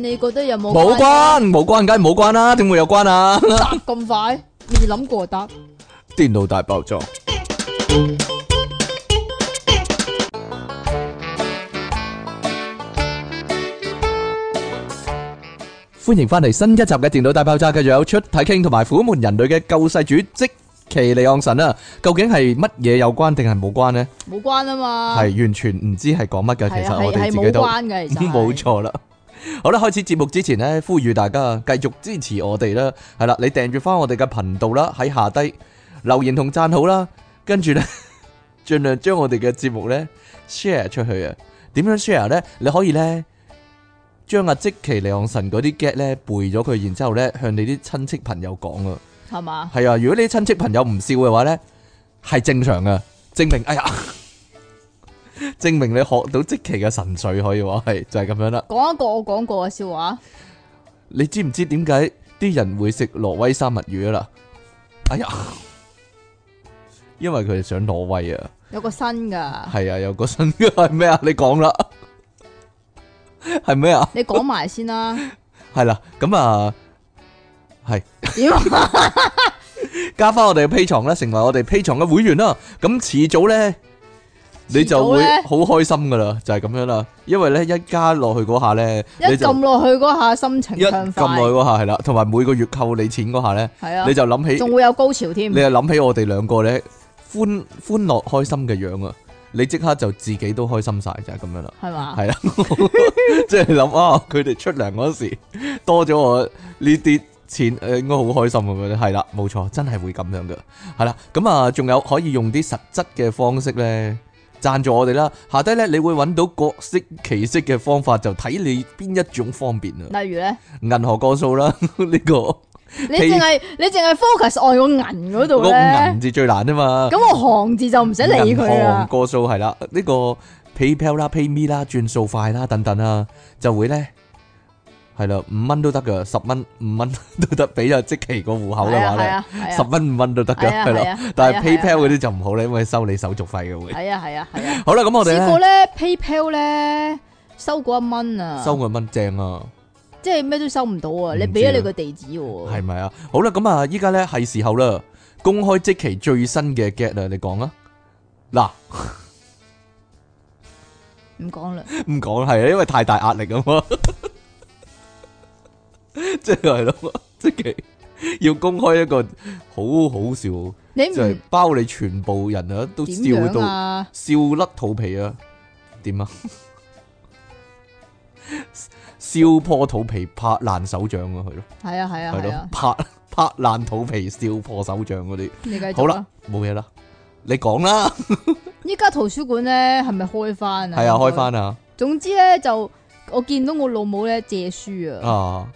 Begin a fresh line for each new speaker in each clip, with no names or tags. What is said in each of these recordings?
你覺得有冇
冇關冇關，梗係冇關啦，點會有關啊？
答咁快？未諗過答，
電腦大爆炸，歡迎翻嚟新一集嘅電腦大爆炸，繼續有出體 king 同埋虎門人類嘅救世主即其利昂神啊！究竟係乜嘢有關定係冇關呢？
冇關啊嘛。
係完全唔知係講乜
係
嘅，其
啊
實我哋
係係
自己
冇
都。
關嘅，其實係
冇。錯啦。好啦，開始節目之前呢，呼籲大家繼續支持我哋啦。係啦，你訂住翻我哋嘅頻道啦，喺下低留言同讚好啦。跟住呢， 盡量將我哋嘅節目呢 share 出去啊。點樣 share 呢？你可以呢，將阿即其利昂神嗰啲 get 呢背咗佢，然之後呢向你啲親戚朋友講啊。
係嘛？
係啊，如果你啲親戚朋友唔笑嘅話呢，係正常噶，證明哎呀， 證明你學到即其嘅神髓可以話係就係、咁樣啦。
講一個我講過嘅笑話，
你知唔知點解啲人會食挪威三文魚啊啦？哎呀，因為佢哋想挪威啊，
有個新㗎，
係啊，有個新嘅 係咩啊？你講啦，係咩啊？
你講埋先 啦。
係啦，咁啊，係。
點啊？
加翻我哋嘅 P 床啦，成為我哋 P 床嘅會員啦。咁遲早呢，你就
遲早
會
呢
好開心噶啦，就係、咁樣啦。因為呢，一加落去嗰下呢，
一
你就
撳落去嗰下心情
一
暢
撳落
快，
去嗰下係啦，同埋每個月扣你錢嗰下呢，
係啊
你，就諗起
仲會有高潮添
你。就諗起我哋兩個呢，歡歡樂開心嘅樣啊！你即刻就自己都開心晒，就係、咁樣啦。
係嘛？
係啦， 即係諗啊，佢哋出糧嗰時多咗我呢啲錢，诶、應該好開心咁樣。係啦，冇錯，真係會咁樣嘅。係啦，咁啊，仲有可以用啲實質嘅方式咧。贊助我哋啦，下低咧你會揾到各式其式嘅方法，就睇你邊一種方便啊！
例如咧，
銀河個數啦，呢、個
你淨係你淨係 focus 外個銀嗰度
個
咧
銀，字最難啊嘛。
咁我行字就唔使理佢
銀行
啦。
個數係啦，呢、個 PayPal 啦、PayMe 啦、轉數快啦等等啊，就會咧係啦，五蚊都得噶，十蚊五蚊 都得，俾咗即期個户口嘅話
係
咧，
啊，係啊，
十蚊五蚊都得噶，
係啊
係
係
啦
啊係啊。
但
係啊
係 PayPal 嗰啲就唔好啦，因為收你手續費嘅會。
係啊，係啊，係啊。
好啦，咁我哋
試過
咧
咧 PayPal 咧收過一蚊啊，
收個蚊正啊，
即係咩都收唔到啊！你
唔
俾咗
知
你
啊
個地址喎，
係咪啊？好啦，咁啊，依家咧係時候啦，公開即期最新嘅 get 啦，你講啊，嗱。
唔講啦。
唔講係啊，因為太大壓力啊 嘛，即係咯，即係要公開一個好好笑，
你
就係
唔
包你全部人啊都
嗯點
笑
樣
到、
啊？
笑甩肚皮啊，點啊？笑破肚皮，拍爛手掌啊，係咯，
係啊，係啊，
係
係
咯
啊，，
拍拍爛肚皮，笑破手掌嗰啲，
你繼續
好
啦
啦。，冇嘢啦，你講啦，
依家圖書館咧係咪開翻啊？
係啊，開。翻啊，
總之咧就我見到我老母咧借書啊，
啊，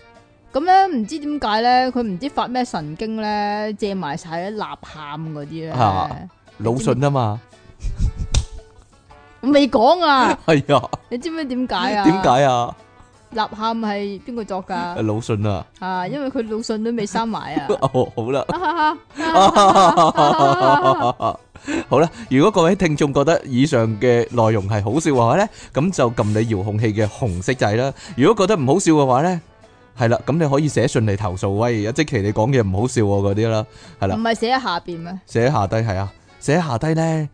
咁咧唔知點解咧，佢唔知發咩神經咧，借埋晒啲吶喊嗰啲咧。
啊魯迅啊嘛，
我未講啊，
係啊，
你知唔知點解啊？
點？解啊？
吶喊係邊個作㗎？
鲁迅啊，
啊，因為佢魯迅都未生埋啊。
哦好啦，
哈哈 哈
好啦，如果各位聽眾覺得以上嘅內容係好笑嘅話呢，咁就撳你遙控器嘅紅色掣啦。如果覺得唔好笑嘅話呢，係啦，咁你可以寫信嚟投訴，喂，即期你講嘢唔好笑喎嗰啲啦，係
唔
啦，
係寫喺下邊咩？
寫下低係啊，寫下低呢，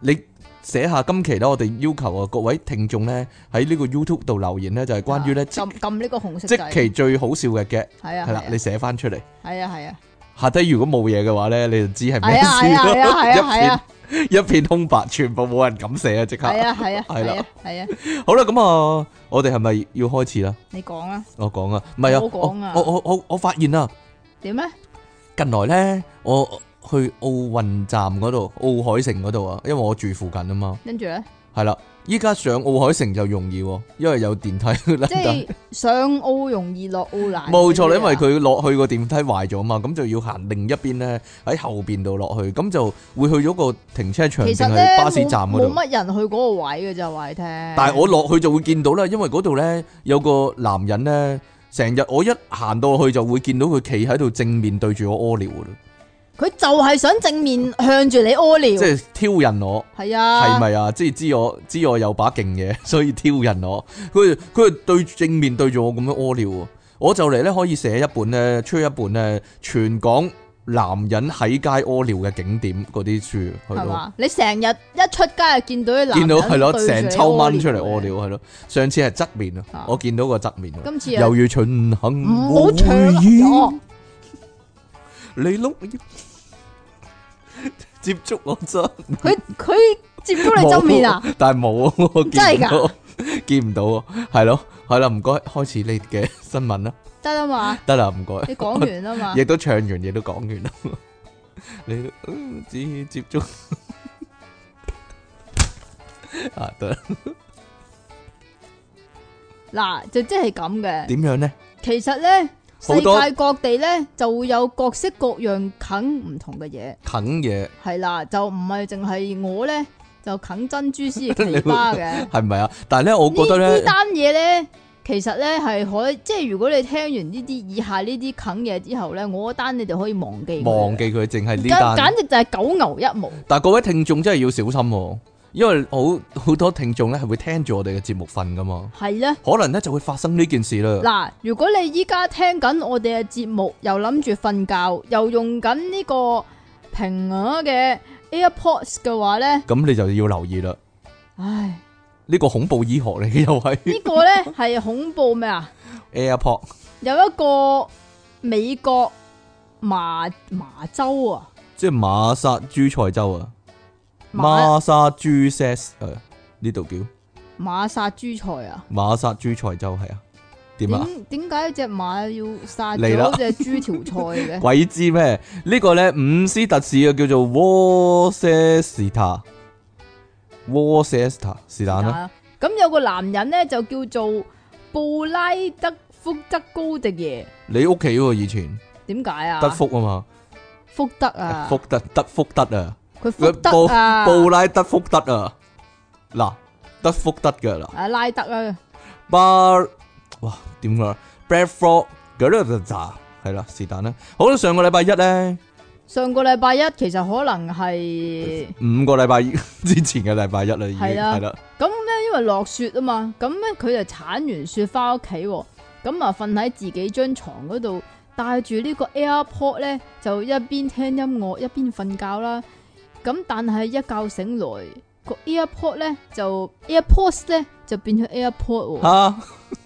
你寫下今期呢，我哋要求啊各位聽眾呢，喺呢個 YouTube 度留言呢，就係關於呢
啊
即
撳撳呢個紅色
即
掣，
期最好笑嘅嘅，
係啊
係啦，
係
你
啊
寫翻出嚟。
係啊係啊
下低如果冇嘢嘅話咧，你就知係咩
係啊係啊係啊係啊係啊
事咯。一片一片空白，全部冇人敢寫啊！即刻。
係啊係啊
係啦
係啊係啊，
好啦，咁啊，我哋係咪要開始啦？
你講啊，
我講啊，唔係啊，
我講啊
我我我我發現啊，
點咧？
近來咧，我去奧運站嗰度、奧海城嗰度啊，因為我住附近啊嘛，
跟住咧，
係啦。依家上奧海城就容易喎，因為有電梯啦
即。係上澳容易落澳難。
冇錯啦，因為佢落去個電梯壞咗嘛，咁就要行另一邊咧，喺後邊度落去，咁就會去咗個停車場定
其實
係
咧
巴士站嗰
冇
度。
冇乜人去嗰個位嘅就話你聽。
但係我落去就會見到啦，因為嗰度咧有個男 人咧，成日我一行到去就會見到佢企喺度正面對住我屙尿噶啦，
佢就係想正面向住你屙
即
尿，
係挑釁我。
係啊，
係咪啊？即係知我知我有把勁嘅， 所以挑人我。佢佢對正面對住我咁樣屙尿喎，我就嚟咧可以寫一本咧，出一本咧全港男人喺街屙尿嘅景點嗰啲書，係
係
咯，
嘛？你成日一出街就見到啲男人
見到係咯，
對住你
成抽蚊出嚟
屙尿
屙尿係咯。上次係側面啊
啊，
我見到個側面啊。
嘅，今次又
猶如秦行
唔好唱
回
啊！
你碌接觸我真。
哎佢佢接咗你周面 啊？
冇！但系冇，我
真係
見唔
㗎
到，見唔到啊，係咯，係啦，唔該，開始你嘅新聞啦，
得啦嘛，
得啦，唔該，
你講完啦嘛
亦，都唱完，亦都講完啦，你都嗯只接 觸啊，得啦，
嗱就即係咁 嘅。
點樣咧？
其實咧，世
好多
界各地咧就會有各式各樣啃唔同嘅嘢，
啃嘢
係啦，就唔係淨係我咧就啃珍珠絲奇葩嘅。
係咪啊？但係咧， 我覺得
呢呢
咧，
單嘢咧，其實咧係可以，即係如果你聽完呢啲以下呢啲啃嘢之後咧，我嗰單你哋可以忘記佢
忘記佢，淨係
而
呢
家
單
簡。直就係九牛一毛，
但係各位聽眾真係要小心喎，因為好好多聽眾咧係會聽住我哋嘅節目瞓噶嘛，
係咧。
可能咧就會發生呢件事啦。
嗱，如果你依家聽緊我哋嘅節目，又諗住瞓覺，又用緊呢個平啊嘅 AirPods 嘅話咧，
咁你就要留意啦。
唉，
呢個恐怖醫學嚟嘅又係
呢個咧係恐怖咩啊？
AirPod
有一個美國麻麻州啊，
即係馬薩諸塞州啊，
馬
馬薩諸塞誒呢度叫
馬殺豬菜啊。
馬薩諸塞州係啊？點啊？
點點解只馬要殺
嚟啦
咗只豬條菜嘅？
鬼知咩？呢個咧伍斯特市啊，叫做 Worcester，Worcester 是但啦，
啊咁有個男人咧就叫做布拉德福德高迪耶，
你屋企喎以前
點解啊？
德福啊
福德
嘛，
啊，
福德德福德啊，
佢福德啊，
布拉德福德啊，嗱德福德嘅嗱。
啊拉德啊，
巴哇點啊 b r a d f o r d g r a d a 係啦，是但啦。好啦，上個禮拜一咧，
上個禮拜一其實可能係
五個禮拜 之前嘅禮拜一啦，已經
係啊
係啦，
咁咧，因為落雪啊嘛，咁咧佢就鏟完雪翻屋企喎，咁啊瞓喺自己張床嗰度，帶住呢個 AirPod 咧，就一邊聽音樂一邊瞓覺啦。咁但係一覺醒來，個 AirPod 咧就 AirPods 咧就變咗 AirPod 喎，
嚇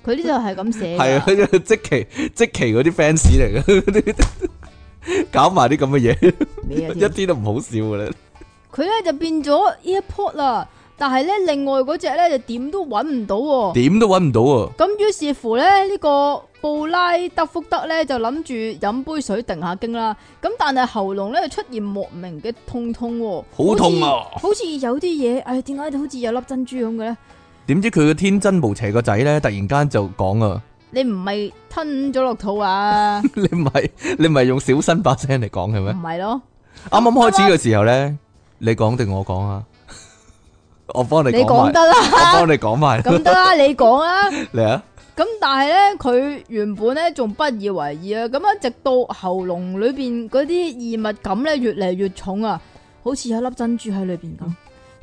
佢呢度係咁寫
係啊
㗎，，
即期即期嗰啲 fans 嚟嘅， 搞埋啲咁嘅嘢，
咩啊
一啲都唔好笑嘅咧。
佢咧就變咗 AirPod 啦，但係咧另外嗰只咧就點都揾唔到喎。
點都揾唔到啊！
咁於是乎咧，呢、個布拉德福德咧就諗住飲杯水定下經啦。咁但係喉嚨咧出現莫名嘅痛痛喎，
好痛啊
好似！好似有啲嘢，唉，點解好似有粒珍珠咁嘅咧？
點知佢嘅天真無邪個仔咧，突然間就講啊，
你唔係吞咗落肚啊？唔
你唔係你唔係用小新把聲嚟講 係咩？
係咯，
啱啱開始嘅時候咧，你講定我講啊？ 我幫你
你
講
講
埋。
得啦，
我幫你講埋
咁得啦，你講啦。
嚟啊！
咁但係咧，佢原本咧仲不以為意啊。咁啊，直到喉嚨裏邊嗰啲異物感咧越嚟越重啊，好似有粒珍珠喺裏邊咁。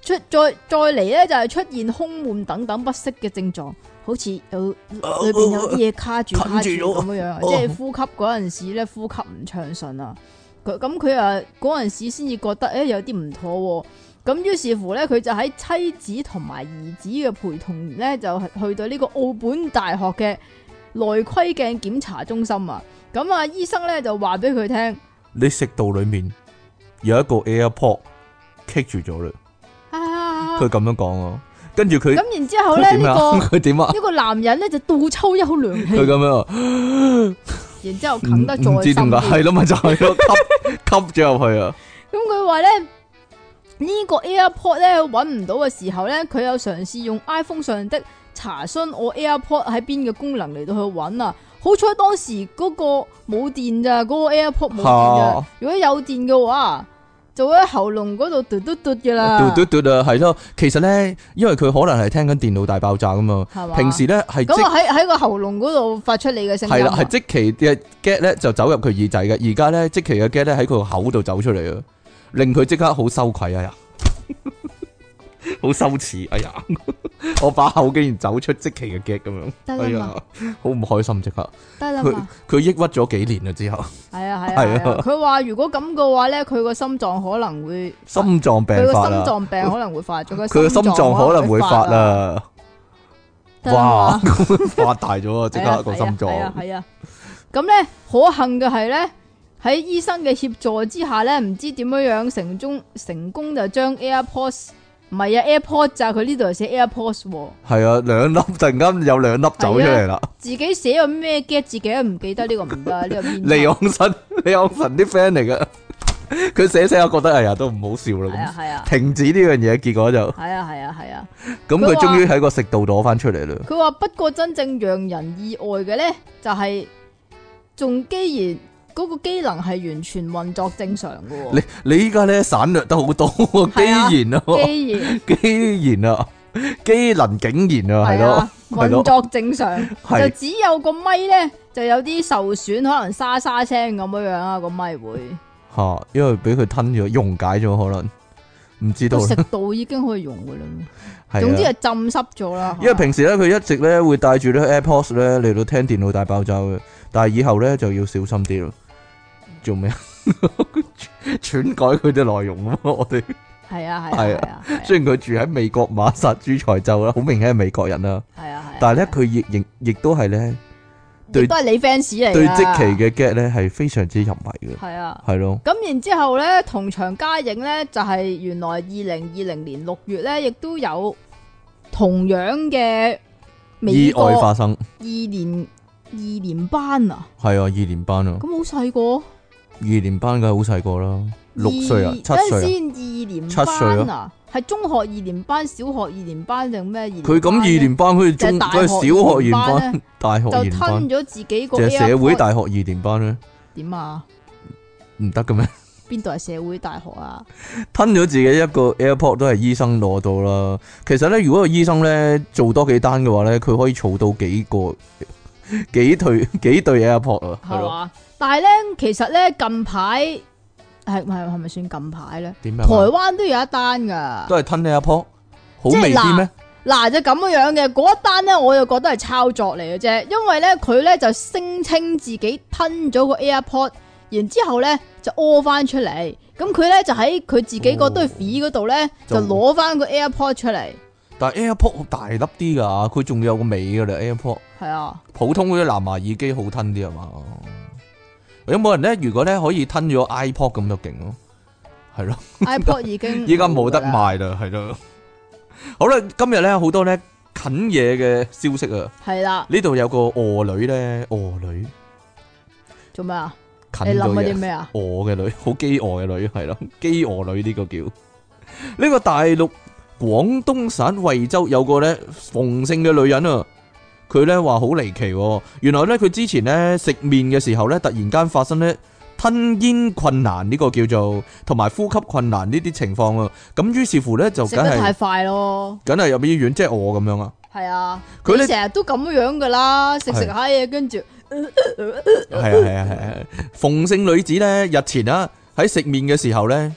出再再嚟咧就係、出現胸悶等等不適嘅症狀，好似有
哦
裏邊有啲嘢卡住
冚
卡住
住咗
咁樣樣啊，
哦
即係呼吸嗰陣時咧呼吸唔暢順啊。佢咁佢啊嗰陣時先至覺得誒、欸有啲唔妥喎、咁於是乎咧，佢就喺妻子同埋兒子嘅陪同咧，就係去到呢個澳本大學嘅內窺鏡檢查中心啊。咁啊，醫生咧就話俾佢聽，
你食道裏面有一個 AirPod 棘住咗啦，
啊
佢咁樣講啊，跟住佢
咁然之後咧
佢
呢、
點啊？
個
佢點啊？
呢個男人咧就倒抽一口涼
佢
氣，
咁樣啊，
然之後
唔
啃得再深
唔知點解，
啲。
係咯咪就係咯，吸吸 咗入去啊！
咁佢話咧呢個 AirPod 咧揾唔到嘅時候咧，佢有嘗試用 iPhone 上的查詢我 AirPod 喺邊嘅功能嚟到去揾啊。好彩當時嗰個冇電咋，嗰、個 AirPod 冇電咋
嚇。
如果有電嘅話，就會喺喉嚨嗰度嘟嘟嘟嘅啦，
嘟嘟嘟啊，係咯。其實咧，因為佢可能係聽緊電腦大爆炸噶嘛，
係嘛？
平時咧係即
咁啊我喺喺個喉嚨嗰度發出你嘅聲音啊，
係啦，係即期嘅 get 咧就走入佢耳仔嘅，而家咧即期嘅 get 咧喺佢個口度走出嚟啊，令佢即刻好羞愧啊呀， 好羞恥哎呀， 我把口竟然走出即期嘅 get 咁樣，
得
哎
啦
呀
嘛，，
好唔開心即刻，
得啦
佢
嘛，
佢抑鬱咗幾年啦之後，
係啊係啊
係啊
係啊，佢話如果咁嘅話咧，佢個心臟可能會，
心
佢
臟病
個
發
心
啦，
臟病可能會發咗，佢
佢個心臟可能會發
啊，
啦，
得啦嘛
哇， 咁樣發大咗啊，即刻個心
係啊
臟，
係啊。咁咧可幸嘅係咧，喺醫生嘅協助之下咧，唔知點樣樣成功成功就將 AirPods 唔係啊 AirPods 咋，佢呢度又寫 AirPods 喎，
係啊，兩粒突然間有兩粒走出嚟啦。
自己寫咗咩 get 自己都唔記得呢個唔得，呢個邊
利昂神，利昂神啲 friend 嚟噶，佢寫寫我覺得哎呀都唔好笑
係啊
啦，
係啊
咁停止呢樣嘢，結果就咁
係啊係啊係啊。
佢
佢話
終於喺個食道攞翻出嚟啦，
佢話不過真正讓人意外嘅咧，就係、仲既然嗰個機能係完全運作正常嘅喎、
你你依家咧省略得好多喎，
係啊
既然啊，
既然
既然啊，機能竟然啊，係
係
咯
啊，，
係
運
咯，
作正常，
係
就只有個咪咧就有啲受損，可能沙沙聲咁樣樣啊，個咪會
吓，因為俾佢吞咗，溶解咗可能，唔知道
個
啦
食，道已經可以用噶啦咩，總之
係啊
係。浸濕咗啦。
因為平時咧，佢一直咧會帶住咧 AirPods 咧嚟到聽電腦大爆炸嘅，但係以後咧就要小心啲咯。做咩啊？ 篡改佢啲內容啊嘛！ 我哋
係啊
係
係
啊
啊係啊
雖然佢住喺美國馬薩諸塞州啦，好明顯係美國人啦，
係啊係啊，
但係咧佢亦亦亦都係咧對
亦都係你 fans 嚟㗎
對即期嘅 get 咧係非常之入迷嘅，
係啊。
係咯，
咁然之後咧，同場加映咧，就係、原來二零二零年六月咧，亦都有同樣嘅美
意
國
外
二
發生
年二年班啊，
係啊，二年班啊，
咁好細個，
二年班梗係好細個啦，六歲啊
二，
七歲
等陣
啊，
先二年
七歲
班啊，係中學二年班、小學二年班定咩二年班
佢
呢？
咁二年班，佢
就係
中
大
佢
學
係小學二
二
年
年
班、大學二
就
年班
吞。咗自己個
就係社會
AirPod
大學二年班咧，
點啊？
唔得嘅咩？
邊度係社會大學啊？
吞咗自己一個 AirPod 都係醫生攞到啦。其實咧，如果個醫生咧做多幾單嘅話咧，佢可以儲到幾個 幾對幾對 AirPod 啊，係
係
咯？
嘛？但係咧，其實咧近排係係係咪算近排咧？
點樣
台
啊？
灣都有一單噶。
都係吞 AirPod，好
即係
味啲咩？
嗱就咁樣嘅，嗰一單咧我就覺得係抄作嚟嘅啫，因為咧佢咧就聲稱自己吞咗個 AirPod，然之後咧就屙翻出嚟，咁佢咧就喺佢自己嗰堆
哦
f 嗰度咧就
就
攞翻個 AirPod 出嚟，
但係 AirPod 好大粒啲噶，佢仲有個尾㗎啦 AirPod。
係 啊，
普通嗰啲藍牙耳機好吞啲係啊嘛？有冇人咧？如果咧可以吞咗 iPod 咁就勁咯，係咯。
iPod 已經
依家冇得
㗎啦，
賣啦，係咯。好啦，今日咧好多咧近嘢嘅消息啊！
係啦，
呢度有個俄女咧，俄女
做咩啊？
近
你諗
咗
嗰
嘢
啲，咩啊？
俄嘅女，好飢餓嘅女，係咯，飢餓女呢個叫。呢個大陸廣東省惠州有個咧馮姓嘅女人啊，佢咧話好離奇喎，原來咧佢之前咧食麵嘅時候咧，突然間發生咧。吞咽困難呢個叫做，同埋呼吸困難呢啲情況啊，咁於是乎咧就
食
梗
得
係
太快咯，
梗係入醫院，即係我咁樣啊。
係啊，
佢
佢
咧
成日都咁樣噶啦，食食
係
下嘢，跟住
係啊係啊係啊係啊！馮姓女子咧日前啊喺食麵嘅時候咧，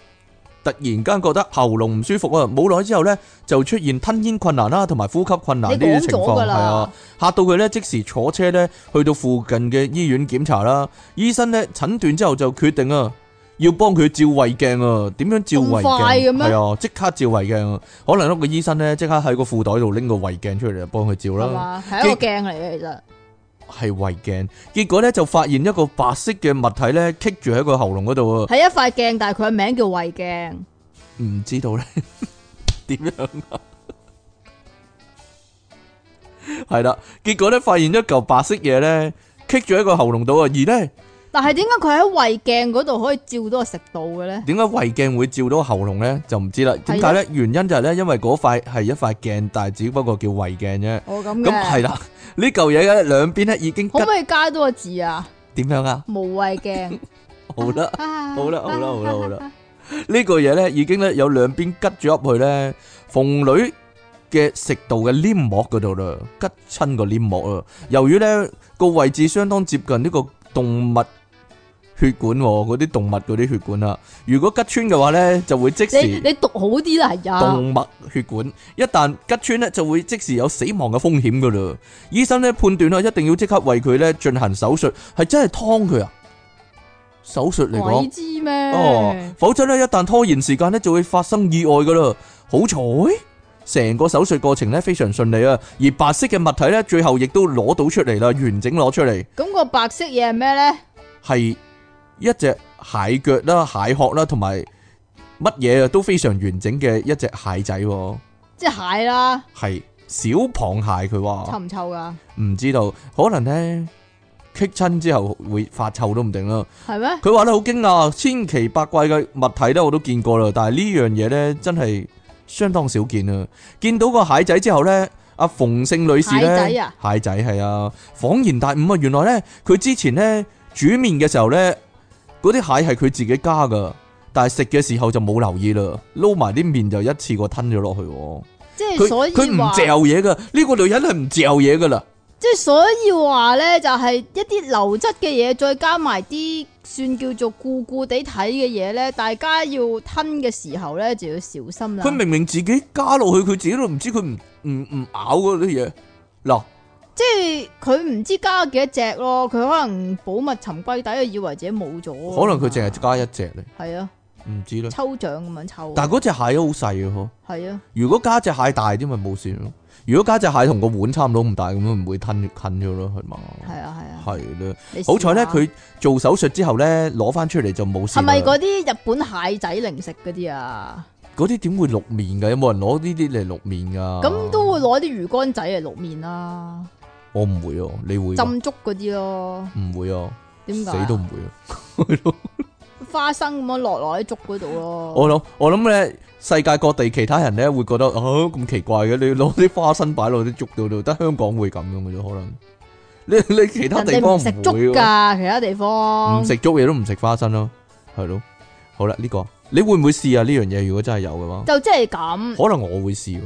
突然間覺得喉嚨唔舒服啊，冇耐之後咧就出現吞咽困難啦，同埋呼吸困難呢
你
啲
講
情
咗
況，
噶
係啊
啦，，
嚇到佢咧即時坐車咧去到附近嘅醫院檢查啦。醫生咧診斷之後就決定啊。要幫佢照胃鏡啊？點樣照
咁
胃
快嘅
鏡？
咩
係啊，即刻照胃鏡啊！可能咧個醫生咧即刻喺個褲袋度拎個胃鏡出嚟就幫佢照
係
啦。
嘛，係一個鏡嚟嘅其實。
係胃鏡，結果咧就發現一個白色嘅物體咧棘住喺個喉嚨嗰度啊，
系一塊鏡，但系佢嘅名叫胃鏡，
唔知道咧 點樣啊？係啦，結果咧發現一嚿白色嘢咧棘住喺個喉嚨度啊，而咧
但係點解佢喺胃鏡嗰度可以照到個食道嘅咧？
點解胃鏡會照到喉嚨咧就唔知啦。點解咧？原因就係咧，因為嗰塊係一塊鏡，但係只不過叫胃鏡啫。
我哦咁
咁係
嘅，
啦，呢嚿嘢咧兩邊咧已經吉
可唔可以加多個字啊？
點樣啊？
無謂鏡。
好啦。
好
好啦好啦好啦好啦，呢個嘢咧已經咧有兩邊吉咗入去咧鳳女嘅食道嘅黏膜嗰度啦，吉親個黏膜啊！由於咧個位置相當接近呢個動物血管喎，嗰啲動物嗰啲血管啦，如果吉穿嘅話咧，就會即
你
時
你讀好啲啦，係啊，
動物血管，一旦吉穿咧就會即時有死亡嘅風險噶啦。醫生咧判斷啊啦，一定要即刻為佢咧進行手術，係真係劏佢啊！手術嚟講
鬼。知咩？
哦，
嗯
否則咧，一旦拖延時間咧，就會發生意外噶啦。好彩，成個手術過程咧非常順利啊，而白色嘅物體咧，最後亦都攞到出嚟啦，完整攞出嚟，
咁個白色嘢係咩咧？
係一隻蟹腳啦、蟹殼啦，同埋乜嘢啊都非常完整嘅一隻蟹仔喎，
即係蟹啦，
係小螃蟹佢
臭
話，
唔臭噶？
唔知道，可能咧棘親之後會發臭都唔定啦。
係咩？
佢話咧好驚訝，千奇百怪嘅物體咧我都見過啦，但係呢樣嘢咧真係相當少見啊！見到個蟹仔之後咧，阿馮姓女士咧，
蟹仔啊
蟹仔係啊，恍然大悟啊！原來咧佢之前咧煮面嘅時候咧，嗰啲蟹係佢自己加噶，但係食嘅時候就冇留意啦，撈埋啲面就一次過吞咗落去喎。
即係所
佢
以
佢唔
話，
嚼嘢噶，呢個女人係唔嚼嘢噶啦。
即係所以話咧，就係一啲流質嘅嘢，再加埋啲算叫做固固地睇嘅嘢咧，大家要吞嘅時候咧就要小心啦
佢。明明自己加落去，佢自己都唔知佢唔唔唔咬嗰啲嘢嗱。
即係佢唔知加咗幾多隻咯，佢可能保密沉歸底，以為自己冇咗。
可能佢淨係加一隻咧，
係啊，
唔知啦。
抽獎咁樣抽。
但係嗰隻蟹好細嘅嗬，
係啊，
如果加隻蟹大啲咪冇事咯。如果加隻蟹同個碗差唔多咁大，咁咪唔會吞吞咗咯，係嘛？
係啊，係啊。
係啦，
你試
好彩咧，
下
佢做手術之後咧，攞翻出嚟就冇事
係
啦。
咪嗰啲日本蟹仔零食嗰啲啊？
嗰啲點會淥面㗎？有冇人攞呢啲嚟淥面㗎？
咁都會攞啲魚乾仔嚟淥面啦，
我唔會哦，你會㗎
浸粥嗰啲咯。
唔會哦？
點解啊
死都唔會啊！
花生咁樣落落喺粥嗰度咯。
我諗我諗咧，世界各地其他人咧會覺得啊咁奇怪嘅，你攞啲花生擺落啲粥度度，得香港會咁樣嘅啫，可能你你其他
人
地
哋
方唔
唔食粥
會喎，
㗎，其他地方
唔食粥嘢都唔食花生咯，係咯。好啦，呢、個你會唔會試啊？呢樣嘢如果真係有嘅話，
就即係咁。
可能我會試喎，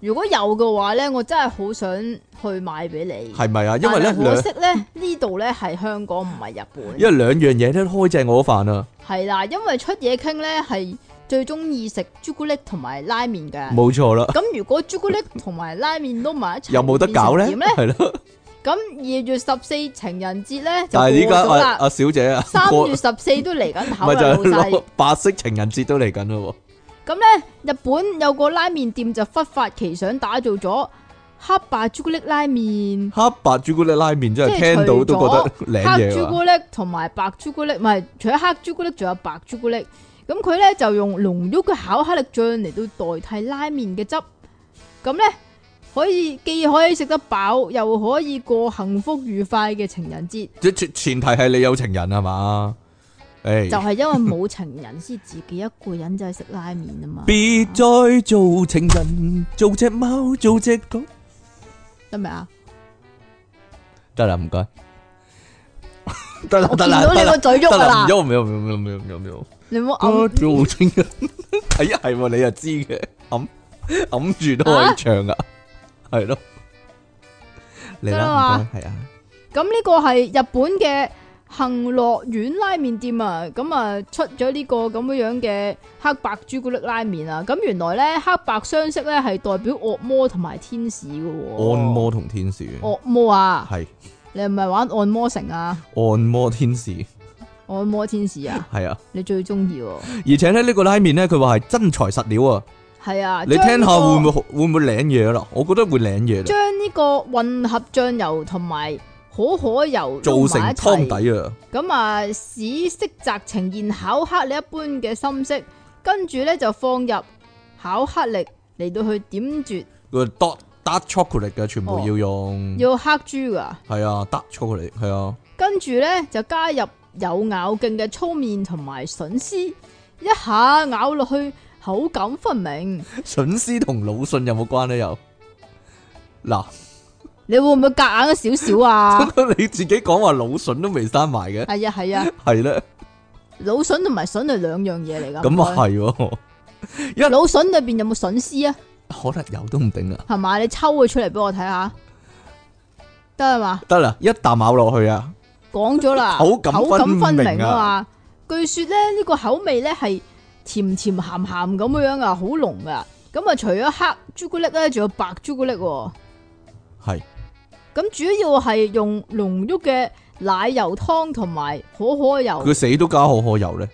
如果有嘅話咧，我真係好想去買俾你。
係咪啊？因為
但
咧
係可
兩
惜咧，呢度咧係香港唔係日
因
本，
為兩樣嘢咧開正我飯啊，
係啦，因為出嘢傾咧係最中意食朱古力同埋拉麵嘅。
冇錯啦，
咁如果朱古力同埋拉麵都埋一齊，
有冇得搞咧？
變成點
係咯，
咁二月十四情人節咧就
但係依
過
家
咗
阿
啦，
阿小姐啊，
三
過
月十四都嚟緊頭
咪就
啦，老
係
細
攞。白色情人節都嚟緊咯喎。
咁咧，日本有個拉麵店就忽發奇想打造咗黑白朱古力拉麵，
黑白朱古力拉麵真係
即係
聽到都覺 得靚
黑
嘢
朱
啊！
古力同埋白朱古力，唔係除咗黑朱古力，仲有白朱古力。咁佢咧就用濃郁嘅巧克力醬嚟到代替拉麵嘅汁，咁咧可以既可以食得飽，又可以過幸福愉快嘅情人節。
即前前提係你有情人係嘛？哎誒
就，係因為冇情人先自己一個人就去食拉麵啊嘛，
別再做情人，做只貓，做只狗，
得未啊？
得啦，唔該， 得啦，
我
得
見
啦，
到
得
你
啦
個，嘴
得
喐噶
啦，
啦
唔，喐，唔喐，唔喐，唔喐，唔喐，唔喐。
你唔好
我
暗
做情人， 係啊，係喎，你又知嘅，揞揞住都可以唱噶，係咯，嚟
得啦
啦，
嘛
唔該，係啊，
咁呢個係日本嘅恒樂園拉麵店啊，咁啊出咗呢個咁樣樣嘅黑白朱古力拉麵啊，咁原來咧黑白相識咧係代表惡魔同埋天使嘅喎。
按摩同天使
惡魔啊！
係
你係咪玩按摩城啊？
按摩天使，
按摩天使啊，
係啊。
你最中意喎？
而且咧呢個拉麵咧，佢話係真材實料啊！
係啊，
你聽
將
下會
個
唔會好會唔會領嘢啦？我覺得會領嘢啦，
將呢個混合醬油同埋可可油
做
撈
成
埋一齊
湯底啊！
咁啊，使色澤呈現巧克力一般嘅深色，跟住咧就放入巧克力嚟到去點綴，
個 dark dark chocolate 嘅全部
哦
要用，
要黑珠噶，
係啊 dark chocolate 係啊，
跟住咧就加入有咬勁嘅粗麵同埋筍絲，一下咬落去口感分明。
筍絲同魯迅有冇關咧？又嗱，
你會唔會夾硬 咗少少啊？
你自己講話魯迅都未生埋嘅，
係啊係啊，
係咧，
腦筍同埋筍係兩樣嘢嚟㗎。
咁
唔該
啊系喎，
腦筍裏边有冇筍絲啊？
可能有都唔定啊。
係嘛？你抽佢出嚟俾我睇下，得啊嘛？
得啦，一啖咬落去啊，
講咗啦，
口感分
分
明啊
明嘛。據說咧呢、個口味咧係甜甜鹹鹹咁樣啊，好濃噶。咁啊，除咗黑朱古力咧，仲有白朱古力、喎。
系
咁主要係用濃郁嘅奶油湯同埋可可油，
佢死都加可可油咧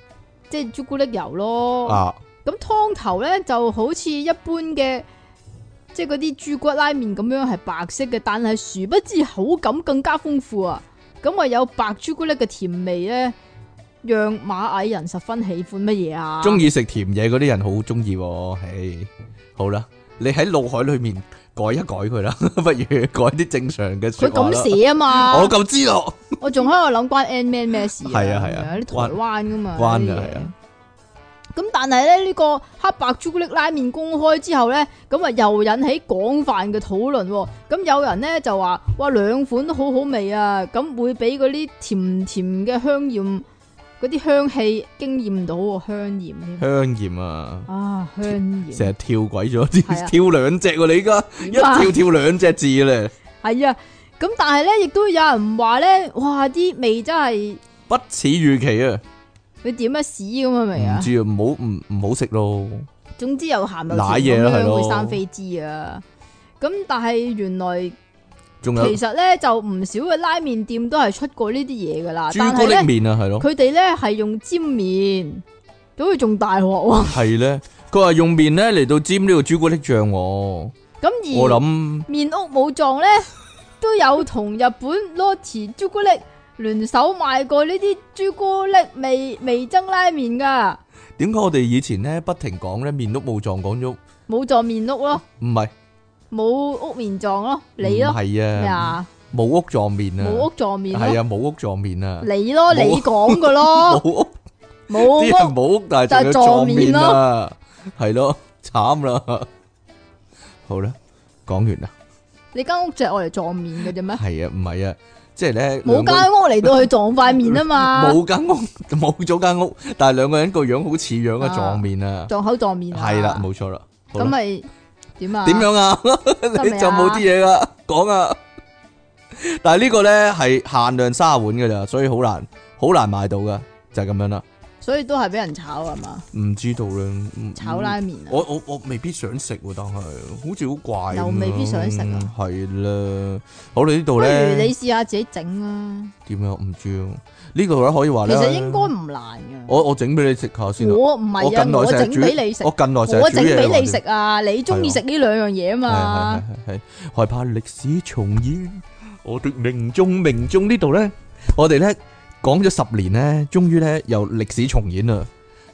即係朱古力油咯。
啊，
咁湯頭咧就好似一般嘅，即係嗰啲豬骨拉麵咁樣係白色嘅，但係殊不知口感更加豐富啊！咁啊有白朱古力嘅甜味咧，讓馬矮人十分喜歡乜嘢啊？
中意食甜嘢嗰啲人好中意喎。唉，好啦，你喺腦海裏面改一改佢啦， 不如改啲正常嘅
佢
说話啦
咁寫啊嘛
我，夠知咯，
我仲喺度諗關 N Man 咩事
係啊係啊
咁樣啲
關
台灣噶嘛，
關㗎
呢啲嘢
係啊。
咁但係咧呢、呢個黑白朱古力拉麵公開之後咧，咁啊又引起廣泛嘅討論喎。咁有人咧就話：哇，兩款都好好味啊！咁會俾嗰啲甜甜嘅香豔嗰啲香氣驚豔到喎，香豔添
香鹽啊，
啊，香豔
成日跳鬼咗
係
啲，
啊
跳兩隻喎你而家。一
點啊
跳跳兩隻字 咧，
係啊！咁但係咧，亦都有人話咧：哇，啲味真係
不似預期啊！
你點乜屎咁係咪啊
唔？知啊，唔好唔唔好食咯。
總之又鹹
瀨
又
嘢
甜
啦
咁
係
樣
咯
會生飛滋啊！咁但係原來。
仲有
其實咧就唔少嘅拉麵店都係出過呢啲嘢噶啦，
朱
但
古
係
力
咧
面啊，係咯，
佢哋咧係用尖面，咁佢仲大鑊喎。
係咧。佢話用面咧嚟到沾呢個朱古力醬喎，我
咁而
諗
面屋武藏咧都有同日本 Lotte 朱古力聯手賣過呢啲朱古力味味噌拉麵噶，
點解我哋以前咧不停講咧面碌冇狀講咗，唔
冇藏面屋咯，
係
冇屋面藏咯，你
唔
咯
係
咩
啊，
啊？
冇屋狀面
冇
啊
屋，藏面
係
咯，
啊冇屋狀面啊，
你咯，
冇
你講噶
冇
咯，
屋
冇
啲人
屋
冇屋，但係仲有
就係
狀
撞面
面啊，係咯，慘啦。好啦，講完啦，
你間屋就係我嚟藏面嘅啫咩？
係啊，唔係啊，即係咧
冇
兩個
間屋嚟到去撞塊面啊嘛，
冇間屋，冇咗間屋，但係兩個人個樣好似樣嘅
啊
撞面啊，
撞口撞面啊，
係啦，冇錯啦。好
咁啊
啦
咪點啊？
點樣啊？ 你就冇啲嘢噶講啊！但係呢個咧係限量沙碗噶咋，所以好難好難買到噶，就係咁樣啦。
所以都係俾人炒啊嘛，
唔知道啦，
炒
啦！
拉麵啊，
我我我未必想食喎，但係好似好怪咁樣，
又未必想食啊
係啦，我哋呢度
不如
咧
你試下自己整啊。
點樣？唔知啊。呢度咧可以話
其
咧，
實應該唔難嘅，
我我整俾你食下先啊。
我唔係
我近
啊，
來
我
成日
整
煮
俾你食，
我近來成日
我
煮
整
嘢
俾
喎
你食啊，你中意食呢兩樣嘢啊嘛，
係係係係害怕歷史重演，我的命中命中呢度咧，我哋咧講咗十年咧，終於咧又歷史重演啦。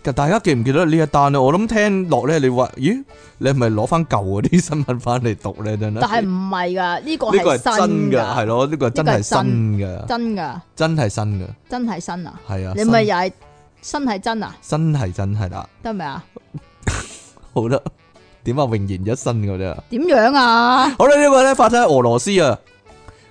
但大家記唔記得呢一單啊？我諗聽落咧，你話咦，你係咪攞翻舊嗰 啲新聞翻嚟讀咧？真係
但係唔係㗎，呢個
呢個
係
係真
新
㗎，係
㗎，
咯，呢個真
呢個
係
係
新
真
㗎，
真㗎，
真係新㗎，
真係新啊！
係啊，
你咪又係新係真啊？
新係真係啦，
得未啊？
好啦，點啊，榮言一新嗰啲啊。
點樣啊？
好啦，呢、個咧發生喺俄羅斯啊，